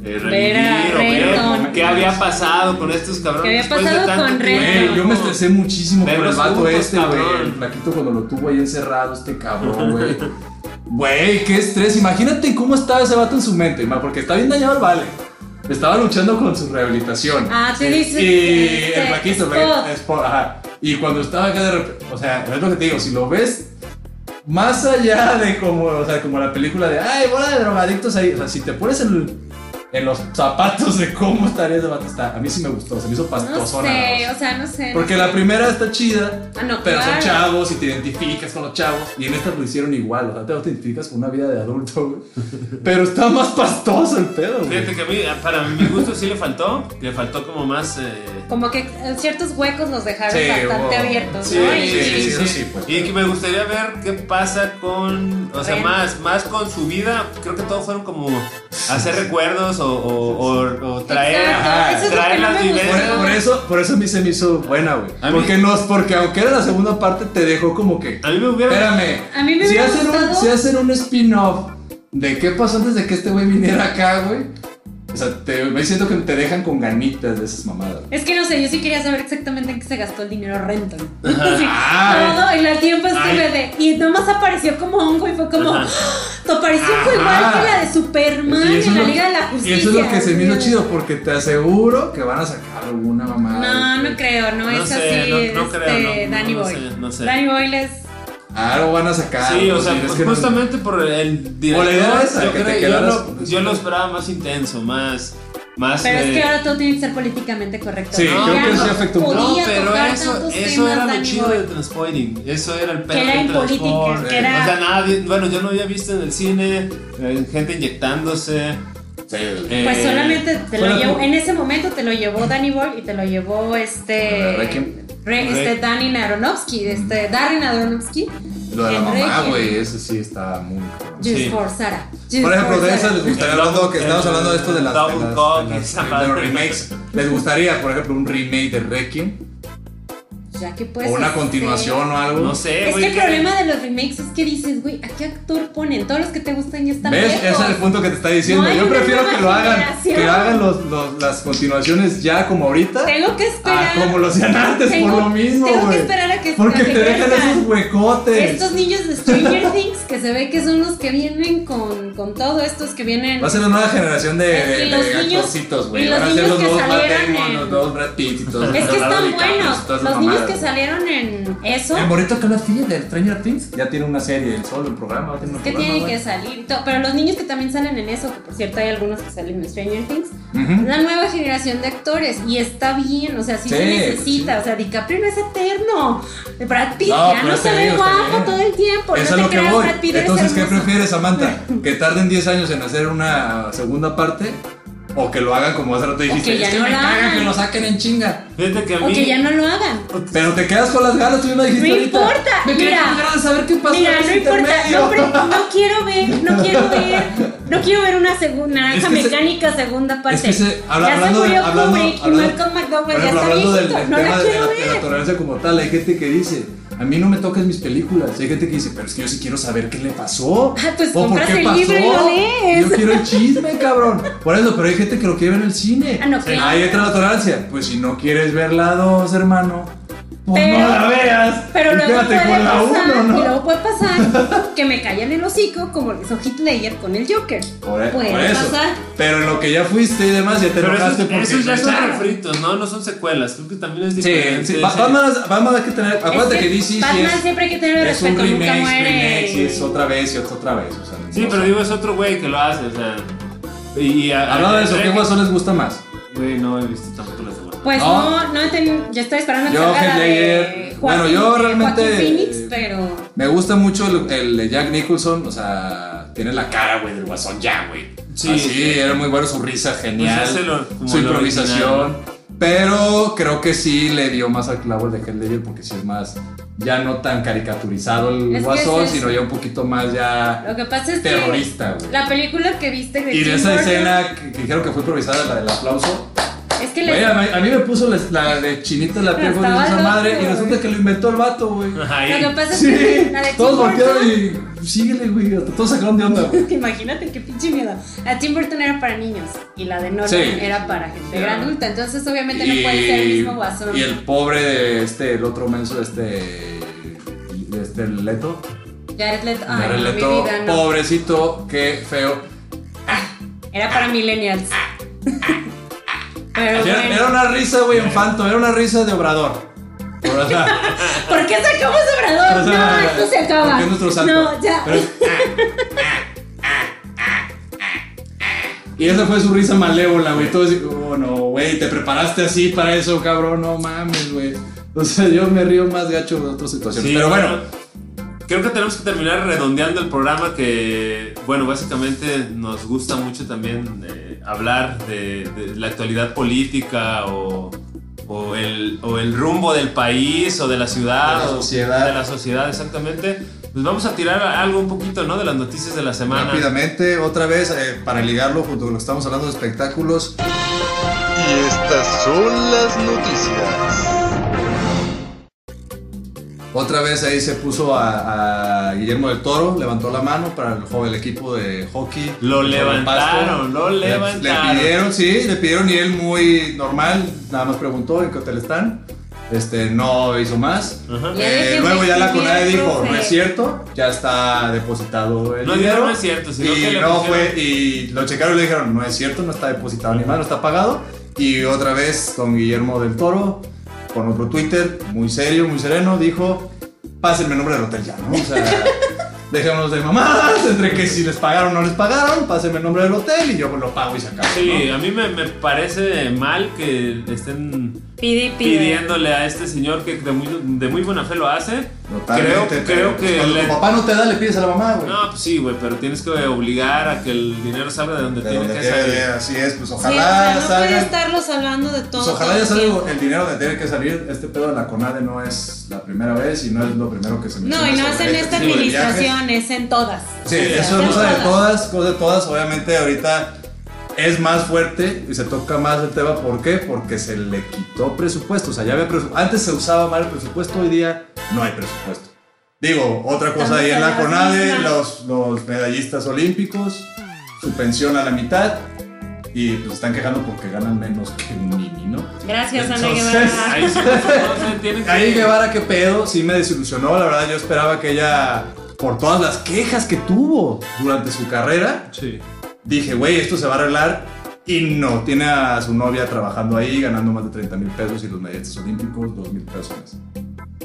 S3: eh, revivir
S2: Ver a
S3: o ver
S2: Renton.
S3: qué había pasado con estos cabrones.
S2: ¿Qué había
S3: después de
S2: pasado
S3: tanto
S2: con
S3: tiempo.
S2: Renton?
S4: Güey, yo me estresé muchísimo por el
S3: Verlos
S4: vato
S3: juntos,
S4: este, güey.
S3: cabrón.
S4: El flaquito cuando lo tuvo ahí encerrado, este cabrón, güey. Güey, qué estrés. Imagínate cómo estaba ese vato en su mente, ma, porque está bien dañado el vale. Estaba luchando con su rehabilitación.
S2: Ah, tú
S4: Sí.
S2: dices,
S4: Y
S2: este,
S4: el flaquito,
S2: Spot.
S4: güey. Spot, ajá. Y cuando estaba acá de repente. O sea, es lo que te digo, si lo ves más allá de como, o sea, como la película de, ay, bola de drogadictos ahí, o sea, si te pones en, en los zapatos de cómo estaría ese vato, está, a mí sí me gustó, se me hizo
S2: No
S4: pastosona. la
S2: sé,
S4: voz.
S2: o sea, no sé. no
S4: Porque
S2: sé.
S4: la primera está chida,
S2: Ah, no,
S4: pero son
S2: claro.
S4: chavos y te identificas con los chavos. Y en esta lo hicieron igual, o sea, te identificas con una vida de adulto, güey. Pero está más pastoso el pedo, güey.
S3: Fíjate que a mí, para mi gusto sí le faltó, le faltó como más... eh,
S2: Como que eh, ciertos huecos los dejaron
S4: Sí,
S2: bastante
S4: wow.
S2: abiertos,
S4: Sí,
S2: ¿no? Y-
S4: sí, sí, sí, eso sí, pues.
S3: Y que me gustaría ver qué pasa con, o sea,
S2: Bueno.
S3: más, más con su vida. Creo que todos fueron como hacer recuerdos o, o- o- o traer,
S2: Exacto,
S4: ajá,
S2: eso es lo
S3: traer
S2: que no
S3: las
S2: me gustó.
S3: vivencias.
S4: Por, por eso, por eso a mí se me hizo buena, güey.
S3: A mí-
S4: Porque, nos, porque aunque era la segunda parte, te dejó como que.
S3: A mí me hubiera...
S4: Espérame.
S2: A mí me
S4: si
S2: hubiera
S4: hacen un,
S2: gustado-
S4: si hacen un spin-off de qué pasó antes de que este güey viniera acá, güey. O sea, te, me siento que te dejan con ganitas de esas mamadas.
S2: Es que no sé, yo sí quería saber exactamente en qué se gastó el dinero Renton. Sí,
S4: Ay.
S2: todo el tiempo estuve de. Y nomás apareció como hongo y fue como.
S3: Ajá.
S2: Tu aparición fue igual
S4: Ajá.
S2: que la de Superman
S4: Y eso
S2: en la
S4: es lo-
S2: Liga de la
S4: Y
S2: Justicia.
S4: eso es lo que se me hizo chido, porque te aseguro que van a sacar alguna mamada.
S2: No, no creo, no,
S3: No
S2: es
S3: sé,
S2: así.
S3: no- no
S2: este,
S3: creo, no, no,
S2: Danny
S3: no
S2: Boyle.
S3: sé, no sé.
S2: Danny Boyle es.
S4: Claro, van a sacar.
S3: Sí, o
S4: pues,
S3: sea,
S4: es
S3: pues
S4: que no-
S3: justamente por el
S4: Por
S3: director.
S4: la idea esa,
S3: yo,
S4: que te
S3: creo- yo
S4: quedaras- pues,
S3: lo, yo lo esperaba más intenso, más. más
S2: Pero es
S3: eh,
S2: que ahora todo tiene que ser políticamente correcto.
S4: Sí,
S2: ¿no?
S4: creo
S2: Ya
S4: que
S2: no
S4: sí afectó un poco.
S3: No,
S2: podía
S3: pero
S2: tocar
S3: eso,
S2: tantos
S3: eso
S2: temas
S3: era lo
S2: Danny
S3: chido
S2: Boyle.
S3: de Transporting. Eso era el
S2: Que
S3: pedo
S2: era
S3: de
S2: impolítica,
S3: Transporting.
S2: que era-
S3: O sea, nadie. Bueno, yo no había visto en el cine eh, gente inyectándose. eh,
S2: Pues solamente te lo
S4: Bueno,
S2: llevó,
S4: tú-
S2: en ese momento te lo llevó Danny Boyle y te lo llevó
S4: Eh,
S2: este.
S4: Requiem. Mm.
S2: Re- este
S3: Requiem.
S2: Danny Aronofsky, este Darren Aronofsky.
S4: Lo de la
S2: en
S4: mamá,
S2: Requiem.
S4: güey, eso sí está muy. cabrón.
S2: Just
S3: Sí.
S2: for Sarah. Just
S4: Por ejemplo,
S2: for
S4: de esas
S2: Sarah.
S4: les gustaría
S3: El
S4: hablando que
S3: double-
S4: estamos
S3: el
S4: hablando de esto de las, de,
S3: double
S4: las-
S3: cock
S4: de
S3: y
S4: las-
S3: esa
S4: de
S3: madre.
S4: los remakes. Les gustaría, por ejemplo, un remake de Requiem
S2: Ya que puedes
S4: o una
S2: hacer-
S4: continuación o algo.
S3: No sé,
S2: Es
S3: güey.
S2: que el
S3: que-
S2: problema de los remakes es que dices, güey, ¿a qué actor ponen? Todos los que te gustan ya están
S4: ¿Ves? Ese
S2: viejos.
S4: es el punto que te está diciendo.
S2: No hay
S4: Yo
S2: una
S4: prefiero
S2: nueva
S4: que lo hagan,
S2: generación.
S4: que hagan los, los- las continuaciones ya como ahorita.
S2: Tengo que esperar.
S4: Ah, como lo hacían antes,
S2: Tengo-
S4: por lo mismo,
S2: Tengo
S4: güey.
S2: que esperar a que
S4: Porque
S2: a que
S4: te dejan
S2: crezcan.
S4: esos huecotes.
S2: Estos niños de Stranger Things que se ve que son los que vienen con, con todo, estos que vienen.
S4: Va a ser la nueva generación de, de,
S2: Y los
S4: de
S2: niños-
S4: actorcitos,
S2: y
S4: güey.
S2: los
S4: Van a ser
S2: niños
S4: los
S2: que
S4: nuevos Matt
S2: salieron
S4: Damon,
S2: en-
S4: los nuevos Brad Pitt y todos
S2: Es que
S4: Leonardo
S2: están
S4: DiCaprio,
S2: buenos.
S4: pues,
S2: Los
S4: todas esas
S2: niños
S4: mamadas,
S2: que
S4: güey.
S2: salieron en eso.
S4: El morrito que la sigue del Stranger Things ya tiene una serie, el solo, el programa. va a tener un
S2: Que
S4: programa,
S2: tienen
S4: güey.
S2: que salir. y todo, Pero los niños que también salen en eso, que por cierto hay algunos que salen en Stranger Things,
S4: Ujú.
S2: la nueva generación de actores. Y está bien, o sea, sí, se
S4: Sí,
S2: necesita.
S4: sí.
S2: O sea, DiCaprio no es eterno. Brad Pitt
S4: No,
S2: ya
S4: pero
S2: no
S4: te
S2: se ve
S4: digo, está
S2: guapo
S4: bien.
S2: todo el tiempo.
S4: Eso
S2: no
S4: es
S2: te
S4: lo que
S2: creas,
S4: voy.
S2: Brad Pitt, eres
S4: Entonces, ¿qué
S2: hermoso.
S4: prefieres, Samantha? ¿Que tarden 10 años en hacer una segunda parte? ¿O que lo hagan como hace rato dijiste?
S2: ya
S4: es que
S2: no
S4: me
S2: lo
S4: caga
S2: hagan".
S4: que lo saquen en chinga.
S3: Fíjate que a
S2: O
S3: mí.
S2: que ya no lo hagan.
S4: Pero te quedas con las ganas, tú misma dijiste
S2: No
S4: ahorita.
S2: importa,
S4: Me quedé
S2: mira.
S4: con ganas de saber qué pasó
S2: Mira,
S4: en
S2: no
S4: ese
S2: importa,
S4: intermedio.
S2: no, pre- no quiero ver, no quiero ver, no quiero ver una segunda naranja
S4: Es que se-
S2: mecánica segunda parte.
S4: Es que se, habla-
S2: ya
S4: hablando,
S2: se murió
S4: hablando,
S2: Kubrick
S4: hablando-
S2: y Malcolm
S4: por
S2: McDowell ya está
S4: ejemplo, hablando del,
S2: viejito,
S4: del
S2: no
S4: tema
S2: la
S4: de,
S2: quiero
S4: la, de la
S2: ver.
S4: tolerancia como tal, hay gente que dice, a mí no me toques mis películas, y hay gente que dice, pero es que yo sí quiero saber qué le pasó,
S2: Ah, pues
S4: o por
S2: compras
S4: qué
S2: el
S4: pasó,
S2: libro y lo lees.
S4: yo quiero el chisme, cabrón, por eso, pero hay gente que lo quiere ver en el cine,
S2: Ah, no, claro.
S4: ahí entra la tolerancia, pues si no quieres ver la 2, hermano, pues
S2: Pero-
S4: no la veas,
S2: Pero
S4: y
S2: luego
S4: quédate
S2: puede
S4: con la
S2: pasar,
S4: 1, ¿no?
S2: y luego puede pasar que me callan el hocico como lo hizo Hitler con el Joker.
S4: Por, e-,
S2: puede
S4: por eso,
S2: pasar.
S4: pero en lo que ya fuiste y demás, ya te
S3: Pero
S4: enojaste
S3: esos,
S4: porque
S3: esos ya son
S4: rechazaron.
S3: refritos, ¿no? No son secuelas. Creo que también es
S4: Sí,
S3: diferente.
S4: sí, Ba- Batman, Batman hay que tener. Acuérdate
S2: Es
S4: que, DC sí
S2: Batman
S4: es,
S2: siempre hay que tener
S4: es un
S2: respeto, nunca
S4: remake,
S2: muere.
S4: remake, sí, es otra vez y otra, otra vez. O sea,
S3: Sí,
S4: no,
S3: pero
S4: o sea,
S3: digo, es otro güey que lo hace, o sea. Y, a-
S4: Hablando de eso,
S3: a-
S4: ¿qué guasón les gusta más?
S3: Güey, no he visto tampoco las demás.
S2: Pues
S4: No.
S2: no, no, he tenido- yo estoy esperando que
S4: Yo,
S2: salga la
S4: Heath
S2: de
S4: Ledger.
S2: Joaquín,
S4: Bueno, yo
S2: de
S4: realmente,
S2: Joaquín Phoenix,
S4: eh,
S2: pero
S4: Me gusta mucho el, el de Jack Nicholson, o sea, tiene la cara, güey, del guasón ya, güey.
S3: Sí.
S4: Sí. Así, era muy bueno, su risa genial,
S3: Pues hace lo- como
S4: su
S3: lo
S4: improvisación.
S3: original,
S4: Pero creo que sí le dio más al clavo el de Heath Ledger porque sí es más, ya no tan caricaturizado el
S2: Es que es
S4: guasón,
S2: eso.
S4: sino ya un poquito más ya...
S2: lo que pasa es
S4: Terrorista,
S2: que
S4: güey.
S2: la película que viste de
S4: Y de
S2: Tim
S4: esa
S2: Burton,
S4: escena que, que dijeron que fue improvisada, la del aplauso.
S2: es que
S4: Güey,
S2: le
S4: a, mí, a mí me puso la, la de chinita en la piel
S2: Pero
S4: con esa
S2: estaba
S4: madre
S2: loco,
S4: y resulta
S2: güey.
S4: que lo inventó el vato, güey.
S3: Ahí.
S2: lo que pasa es
S4: Sí,
S2: que la de Tim
S4: todos voltearon
S2: Burton,
S4: y síguele, güey. hasta Todos sacaron de onda, güey.
S2: es que imagínate qué pinche miedo. La Tim Burton era para niños y la de Nolan
S4: Sí.
S2: era para gente
S4: Claro.
S2: gran adulta, entonces obviamente no puede ser el mismo guasón.
S4: y el pobre de este, el otro menso de este. de este Leto.
S2: Jared Leto, ay,
S4: Jared
S2: no,
S4: Leto,
S2: mi vida, no.
S4: pobrecito, qué feo.
S2: Era para millennials. Pero
S4: Era,
S2: bueno.
S4: era una risa, güey, en Phantom, era una risa de obrador. Por- o sea,
S2: ¿Por qué sacamos Obrador?
S4: o sea,
S2: no, esto se acaba.
S4: porque es nuestro santo.
S2: No, ya.
S4: Pero es- ah, Y esa fue su risa malévola, güey. Todo así, oh no, güey, te preparaste así para eso, cabrón, no mames, güey. O sea, yo me río más gacho de otras situaciones.
S3: Sí,
S4: pero bueno,
S3: Creo que tenemos que terminar redondeando el programa que, bueno, básicamente nos gusta mucho también eh, hablar de, de la actualidad política o, o el, o el rumbo del país o de la ciudad.
S4: De la
S3: o-
S4: sociedad.
S3: de la sociedad, exactamente. Pues vamos a tirar algo un poquito, ¿no? De las noticias de la semana.
S4: rápidamente, otra vez, eh, para ligarlo junto con lo que estamos hablando de espectáculos,
S1: Y estas son las noticias.
S4: Otra vez ahí se puso a, a Guillermo del Toro, levantó la mano para el, jo- el equipo de hockey.
S3: Lo
S4: sobre
S3: levantaron,
S4: pasto.
S3: lo
S4: Le-
S3: levantaron.
S4: Le pidieron, sí, le pidieron y él muy normal, nada más preguntó en qué hotel están. Este, no hizo más.
S3: Ajá.
S2: Ya
S4: Eh,
S2: déjenme
S4: luego ya la
S2: escribir,
S4: CONADE dijo,
S2: profe.
S4: no es cierto, ya está depositado el
S3: No, dijo,
S4: dinero.
S3: "No es cierto", sino
S4: y
S3: que le
S4: no
S3: pusieron-
S4: fue, y lo checaron y le dijeron, no es cierto, no está depositado ni más, no está pagado. Y otra vez don Guillermo del Toro, con otro Twitter, muy serio, muy sereno, dijo, pásenme el nombre del hotel ya, ¿no? O sea, dejémonos de mamadas, entre que si les pagaron o no les pagaron, pásenme el nombre del hotel y yo lo pago y se acaba.
S3: Sí,
S4: ¿no?
S3: a mí me, me parece mal que estén
S2: Pide, pide.
S3: pidiéndole a este señor que de muy, de muy buena fe lo hace.
S4: Totalmente, pero,
S3: creo, creo
S4: pues,
S3: que
S4: cuando
S3: le-
S4: tu papá no te da, le pides a la mamá, güey.
S3: No, pues sí, güey, pero tienes que obligar a que el dinero salga de donde
S4: De
S3: tiene
S4: donde
S3: que
S4: debe
S3: salir.
S4: de- así es, pues
S2: Sí, o sea,
S4: ojalá
S2: no
S4: salgan-
S2: puede estarlo salvando de todo.
S4: Pues ojalá
S2: todo
S4: ya
S2: el
S4: salga
S2: tiempo.
S4: el dinero donde tiene que salir. Este pedo de la CONADE no es la primera vez y no es lo primero que se
S2: No, y no es en
S4: sobre
S2: esta
S4: este tipo de viajes.
S2: administración, es en todas.
S4: Sí,
S2: O sea,
S4: eso
S2: en
S4: es cosa de
S2: todas.
S4: todas, cosa de todas. Obviamente ahorita es más fuerte y se toca más el tema. ¿Por qué? Porque se le quitó presupuesto. O sea, ya había presu- Antes se usaba mal el presupuesto, hoy día no hay presupuesto. Digo, otra cosa
S2: Estamos
S4: ahí en
S2: en
S4: la
S2: las
S4: CONADE,
S2: mismas.
S4: los, los medallistas olímpicos, su pensión a la mitad y pues están quejando porque ganan menos que un mini, ¿no?
S2: Gracias, Ana
S4: Entonces,
S2: Guevara.
S3: Ahí sí, entonces tienen que-
S4: Ahí Guevara, qué pedo, sí me desilusionó. La verdad, yo esperaba que ella, por todas las quejas que tuvo durante su carrera,
S3: Sí.
S4: dije, güey, esto se va a arreglar. Y no, tiene a su novia trabajando ahí, ganando más de 30 mil pesos y los medallistas olímpicos, 2 mil pesos. más.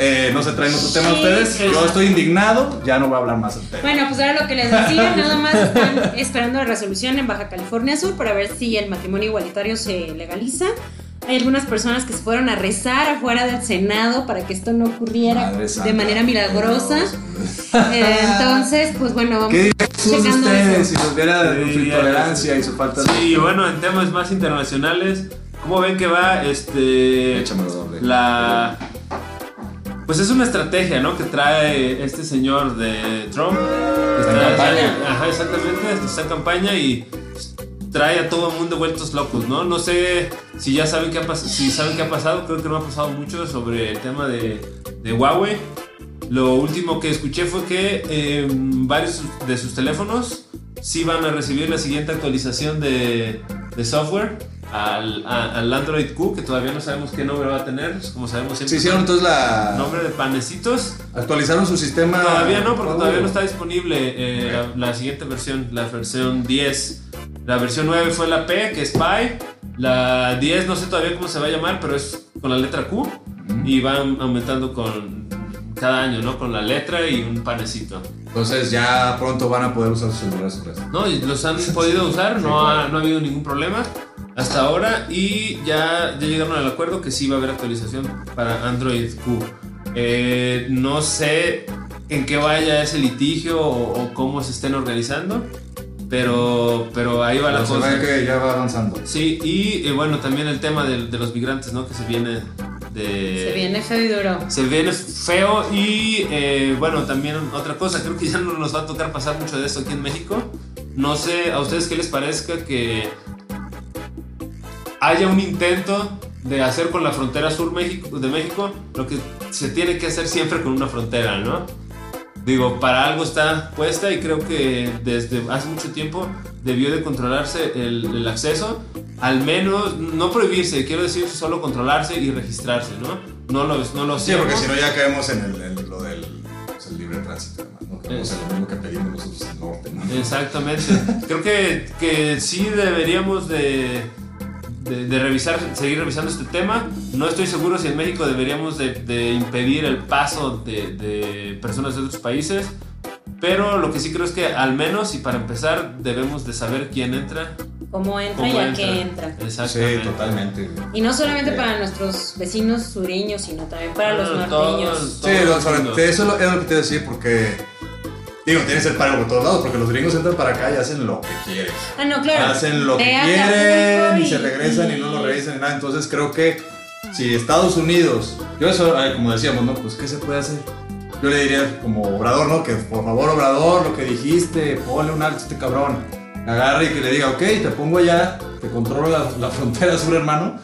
S4: Eh, no se traen otro tema a ustedes. Yo estoy indignado, ya no voy a hablar más del tema.
S2: Bueno, pues ahora lo que les decía, nada más están esperando la resolución en Baja California Sur para ver si el matrimonio igualitario se legaliza. Hay algunas personas que se fueron a rezar afuera del Senado para que esto no ocurriera
S4: Madre
S2: de
S4: santa.
S2: manera milagrosa. Eh, entonces, pues bueno, vamos
S4: ¿Qué dirían Jesús de
S2: checando
S4: ustedes
S2: eso.
S4: si nos viera de su
S3: Sí,
S4: intolerancia y su falta de...
S3: Sí, bueno, en temas más internacionales, ¿cómo ven que va este
S4: Échamelo doble.
S3: la pues es una estrategia, ¿no? Que trae este señor de Trump.
S4: Está en campaña.
S3: Ajá, exactamente, está en campaña y trae a todo el mundo vueltos locos, ¿no? No sé si ya saben qué ha pasado, si saben qué ha pasado, creo que no ha pasado mucho sobre el tema de, de Huawei. Lo último que escuché fue que eh, varios de sus teléfonos sí van a recibir la siguiente actualización de, de software al, a- al Android Q, que todavía no sabemos qué nombre va a tener, como sabemos siempre.
S4: Se hicieron entonces la...
S3: Nombre de panecitos.
S4: Actualizaron su sistema...
S3: Todavía no, porque
S4: Oh.
S3: todavía no está disponible eh, la, la siguiente versión, la versión 10. La versión 9 fue la P, que es Pi. La 10 no sé todavía cómo se va a llamar, pero es con la letra Q. Y van aumentando con cada año, ¿no? Con la letra y un panecito.
S4: Entonces ya pronto van a poder usar sus celulares otra vez.
S3: ¿no? Y los han podido usar, no ha, no ha habido ningún problema hasta ahora y ya, ya llegaron al acuerdo que sí va a haber actualización para Android Q. Eh, no sé en qué vaya ese litigio o, o cómo se estén organizando, pero, pero ahí va la
S4: Pero se
S3: cosa.
S4: ve que ya va avanzando.
S3: Sí, y eh, bueno, también el tema de, de los migrantes, ¿no? Que se viene de...
S2: Se viene feo y duro.
S3: Se viene feo y eh, bueno, también otra cosa, creo que ya no nos va a tocar pasar mucho de esto aquí en México. No sé a ustedes qué les parezca que haya un intento de hacer con la frontera sur México, de México lo que se tiene que hacer siempre con una frontera, ¿no? Digo, para algo está puesta y creo que desde hace mucho tiempo debió de controlarse el, el acceso, al menos no prohibirse, quiero decir solo controlarse y registrarse, ¿no? No lo, no lo
S4: Sí, porque
S3: hacemos.
S4: si no ya caemos en, el, en lo del pues, el libre tránsito, además, ¿no? Caemos en lo mismo que pedimos nosotros al norte, ¿no?
S3: Exactamente. Creo que, que sí deberíamos de, de, de revisar, seguir revisando este tema. No estoy seguro si en México deberíamos de, de impedir el paso de, de personas de otros países. Pero lo que sí creo es que al menos y para empezar debemos de saber quién entra.
S2: Cómo entra
S3: cómo
S2: y a qué entra.
S3: Exactamente.
S4: Sí, totalmente. güey.
S2: Y no solamente para nuestros vecinos sureños, sino también para los
S3: Ah,
S2: norteños.
S3: todos,
S4: Sí,
S3: todos
S4: lo- sobre-
S3: juntos.
S4: te- eso lo- era lo que te iba a decir porque. Digo, tienes el paro por todos lados porque los gringos entran para acá y hacen lo que quieren.
S2: Ah, no, claro.
S4: Hacen lo que
S2: Ve a
S4: quieren
S2: Acapulco
S4: y se regresan y no lo revisan ni nada. Entonces creo que si Estados Unidos, yo eso, eh, como decíamos, ¿no? Pues ¿qué se puede hacer? Yo le diría como Obrador, ¿no? Que por favor, Obrador, lo que dijiste, ponle un alto a este cabrón. Agarre y que le diga, ok, te pongo allá, te controlo la, la frontera sur, hermano.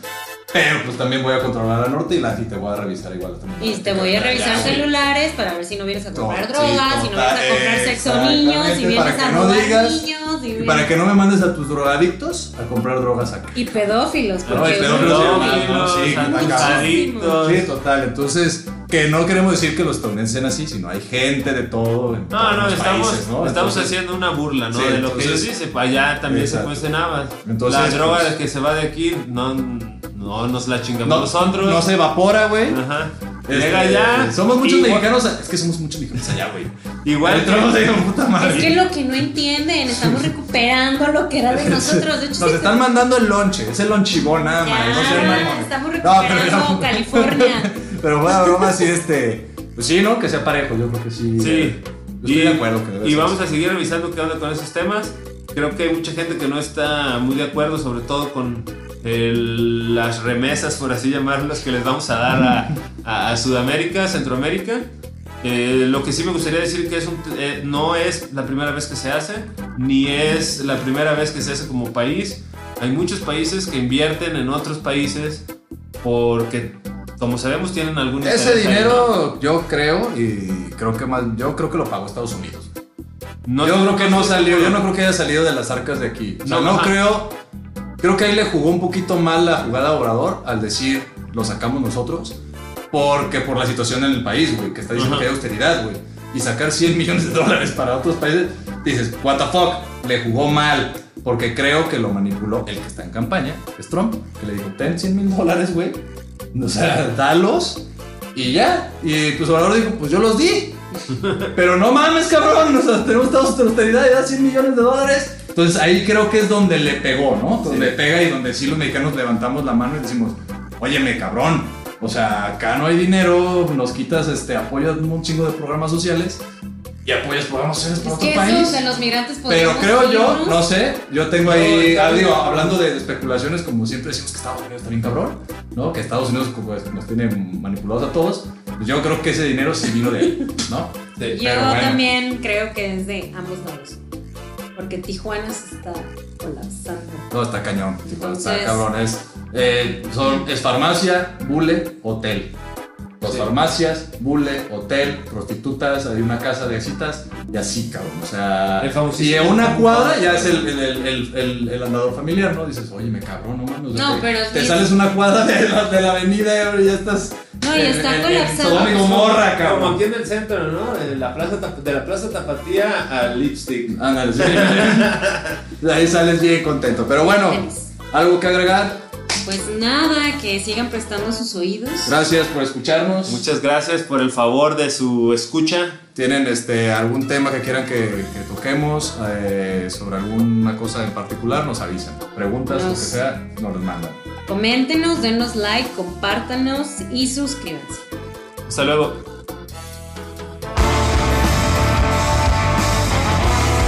S4: Pero pues también voy a controlar la norte y la y te voy a revisar igual. también.
S2: Y te voy a revisar celulares para ver si no vienes a comprar
S4: Sí,
S2: drogas, si no vienes a comprar sexo a niños, si
S4: exactamente,
S2: vienes
S4: para
S2: a
S4: que no
S2: robar
S4: digas,
S2: niños. si
S4: Y
S2: vienes-
S4: para que no me mandes a tus drogadictos a comprar drogas acá.
S2: Y pedófilos,
S3: Pero
S2: porque
S4: Ay, pedófilos y
S2: uno-
S4: demás, ¿no? Sí,
S3: adictos,
S4: acá.
S3: adictos.
S4: Sí, total. Entonces, que no queremos decir que los estadounidenses sean así, sino hay gente de todo. En
S3: No,
S4: todos
S3: no,
S4: los
S3: estamos,
S4: países, ¿no?
S3: estamos
S4: Entonces,
S3: haciendo una burla, ¿no?
S4: Sí,
S3: de lo que ellos
S4: entonces-
S3: dicen, pa' allá también
S4: Exacto.
S3: se cuecen habas.
S4: Entonces,
S3: la droga
S4: pues-
S3: que se va de aquí no, no nos la chingamos
S4: No,
S3: nosotros.
S4: no se evapora, güey.
S3: Ajá.
S4: Este,
S3: Llega allá.
S4: Somos muchos
S3: y-
S4: mexicanos. Es que somos muchos mexicanos allá, güey.
S3: Igual
S4: Igual
S3: que-
S4: entramos ahí con puta madre.
S2: Es que lo que no entienden, estamos recuperando lo que era de nosotros. De hecho,
S4: Nos
S2: sí,
S4: están mandando el lonche. Es el lonchibón, nada más. No
S2: Ya,
S4: sean mamones.
S2: estamos
S4: pero-
S2: recuperando California.
S4: Pero bueno, broma, sí, este. Pues sí, ¿no? Que sea parejo, yo creo que sí.
S3: Sí.
S4: Yo estoy de acuerdo que debe
S3: y
S4: ser
S3: vamos
S4: así.
S3: a seguir revisando qué onda con esos temas. Creo que hay mucha gente que no está muy de acuerdo, sobre todo con el- las remesas, por así llamarlas, que les vamos a dar a, a- a Sudamérica, Centroamérica. Eh, lo que sí me gustaría decir que es un- eh, no es la primera vez que se hace, ni es la primera vez que se hace como país. Hay muchos países que invierten en otros países porque, como sabemos, tienen algún
S4: Ese
S3: interés ahí,
S4: dinero, yo creo, y creo que más, yo creo que lo pagó Estados Unidos.
S3: ¿no?
S4: yo
S3: No-
S4: creo que no salió, yo
S3: seguro.
S4: no creo que haya salido de las arcas de aquí. O sea,
S3: No,
S4: no,
S3: ajá.
S4: creo. Creo que ahí le jugó un poquito mal la jugada a Obrador al decir lo sacamos nosotros, porque por la situación en el país, güey, que está diciendo
S3: Ajá.
S4: que hay austeridad, güey, y sacar 100 millones de dólares para otros países, dices, what the fuck, le jugó mal, porque creo que lo manipuló el que está en campaña, que es Trump, que le dijo, ten 100 mil dólares, güey, o sea, dalos, y ya. Y pues Obrador dijo, pues yo los di, pero no mames, cabrón. O sea, tenemos esta austeridad ya 100 millones de dólares. Entonces ahí creo que es donde le pegó, ¿no? Donde pega y donde sí los mexicanos levantamos la mano y decimos, óyeme, cabrón. O sea, acá no hay dinero, nos quitas este apoyo a un chingo de programas sociales y apoyas programas sociales para
S2: Es
S4: otro
S2: que
S4: país.
S2: eso de los migrantes
S4: Pero
S2: podríamos
S4: creo yo,
S2: irnos.
S4: no sé, yo tengo
S3: No,
S4: ahí,
S3: está
S4: ah, digo,
S3: bien.
S4: hablando de especulaciones, como siempre decimos que Estados Unidos está bien cabrón, ¿no? Que Estados Unidos pues, nos tiene manipulados a todos. Pues yo creo que ese dinero sí vino de él, ¿no?
S3: Sí.
S2: Yo
S4: Pero bueno.
S2: también creo que es de ambos lados. Porque Tijuana se está colapsando.
S4: No, está cañón. tipo,
S2: Entonces-
S4: está cabrón. Es, eh, son, es farmacia, bule, hotel. Dos farmacias, bule, hotel, prostitutas, hay una casa de citas y así, cabrón. O sea,
S5: El famosísimo
S4: y en una
S5: Tom
S4: cuadra
S5: Tom.
S4: ya es el, el- el- el- el- el andador familiar, ¿no? Dices, oye, me cabrón, no mames. o sea,
S2: No,
S4: te,
S2: pero es
S4: te
S2: mi-
S4: sales una cuadra de la, de la avenida y ya estás.
S2: No, y
S4: en-
S2: está
S4: en- en
S2: colapsado.
S4: Sodoma y Gomorra,
S5: Como
S4: cabrón.
S5: aquí en el centro, ¿no? De la plaza, Tap- de la plaza Tapatía al lipstick.
S4: Ándale, sí. De ahí sales bien contento. Pero bueno,
S2: Feliz.
S4: algo que agregar.
S2: Pues nada, que sigan prestando sus oídos.
S4: Gracias por escucharnos.
S3: Muchas gracias por el favor de su escucha.
S4: ¿Tienen este, algún tema que quieran que, que toquemos eh, sobre alguna cosa en particular? Nos avisan. Preguntas, lo que
S2: Nos-
S4: sea, nos los mandan.
S2: Coméntenos, denos like, compártanos y suscríbanse.
S3: Hasta luego.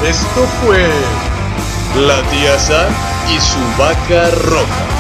S1: Esto fue La Tía Sam y su vaca roja.